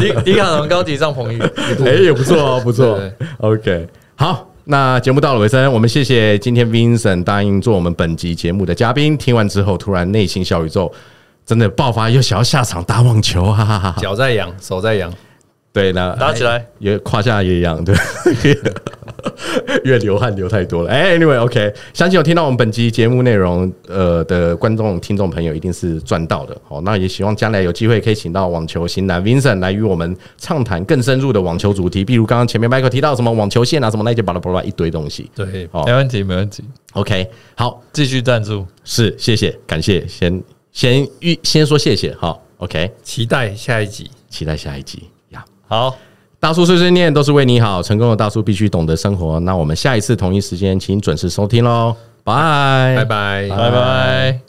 Speaker 3: 迪迪卡侬高级帐篷浴，
Speaker 1: 哎，也不错哦，不错
Speaker 2: 对。
Speaker 1: OK，好。那节目到了尾声，我们谢谢今天 Vincent 答应做我们本集节目的嘉宾。听完之后，突然内心小宇宙真的爆发，又想要下场打网球，哈哈哈哈！
Speaker 2: 脚在痒，手在痒，
Speaker 1: 对那
Speaker 3: 打起来，
Speaker 1: 也胯下也痒，对， 越流汗流太多了。哎、a n y w a y o k 相信有听到我们本集节目内容呃的观众、听众朋友一定是赚到的。好，那也希望将来有机会可以请到网球型男 Vincent 来与我们畅谈更深入的网球主题，比如刚刚前面 Michael 提到什么网球线啊，什么那些巴拉巴拉一堆东西。
Speaker 2: 对，
Speaker 1: 好
Speaker 3: 没问题 没问题，
Speaker 1: OK，好，
Speaker 3: 继续赞助，
Speaker 1: 是谢谢，感谢，先先预先说谢谢，好，OK，
Speaker 2: 期待下一集。
Speaker 1: 期待下一集呀。
Speaker 3: 好，
Speaker 1: 大叔碎碎念都是为你好，成功的大叔必须懂得生活。那我们下一次同一时间，请准时收听喽，拜
Speaker 2: 拜拜，
Speaker 3: 拜拜。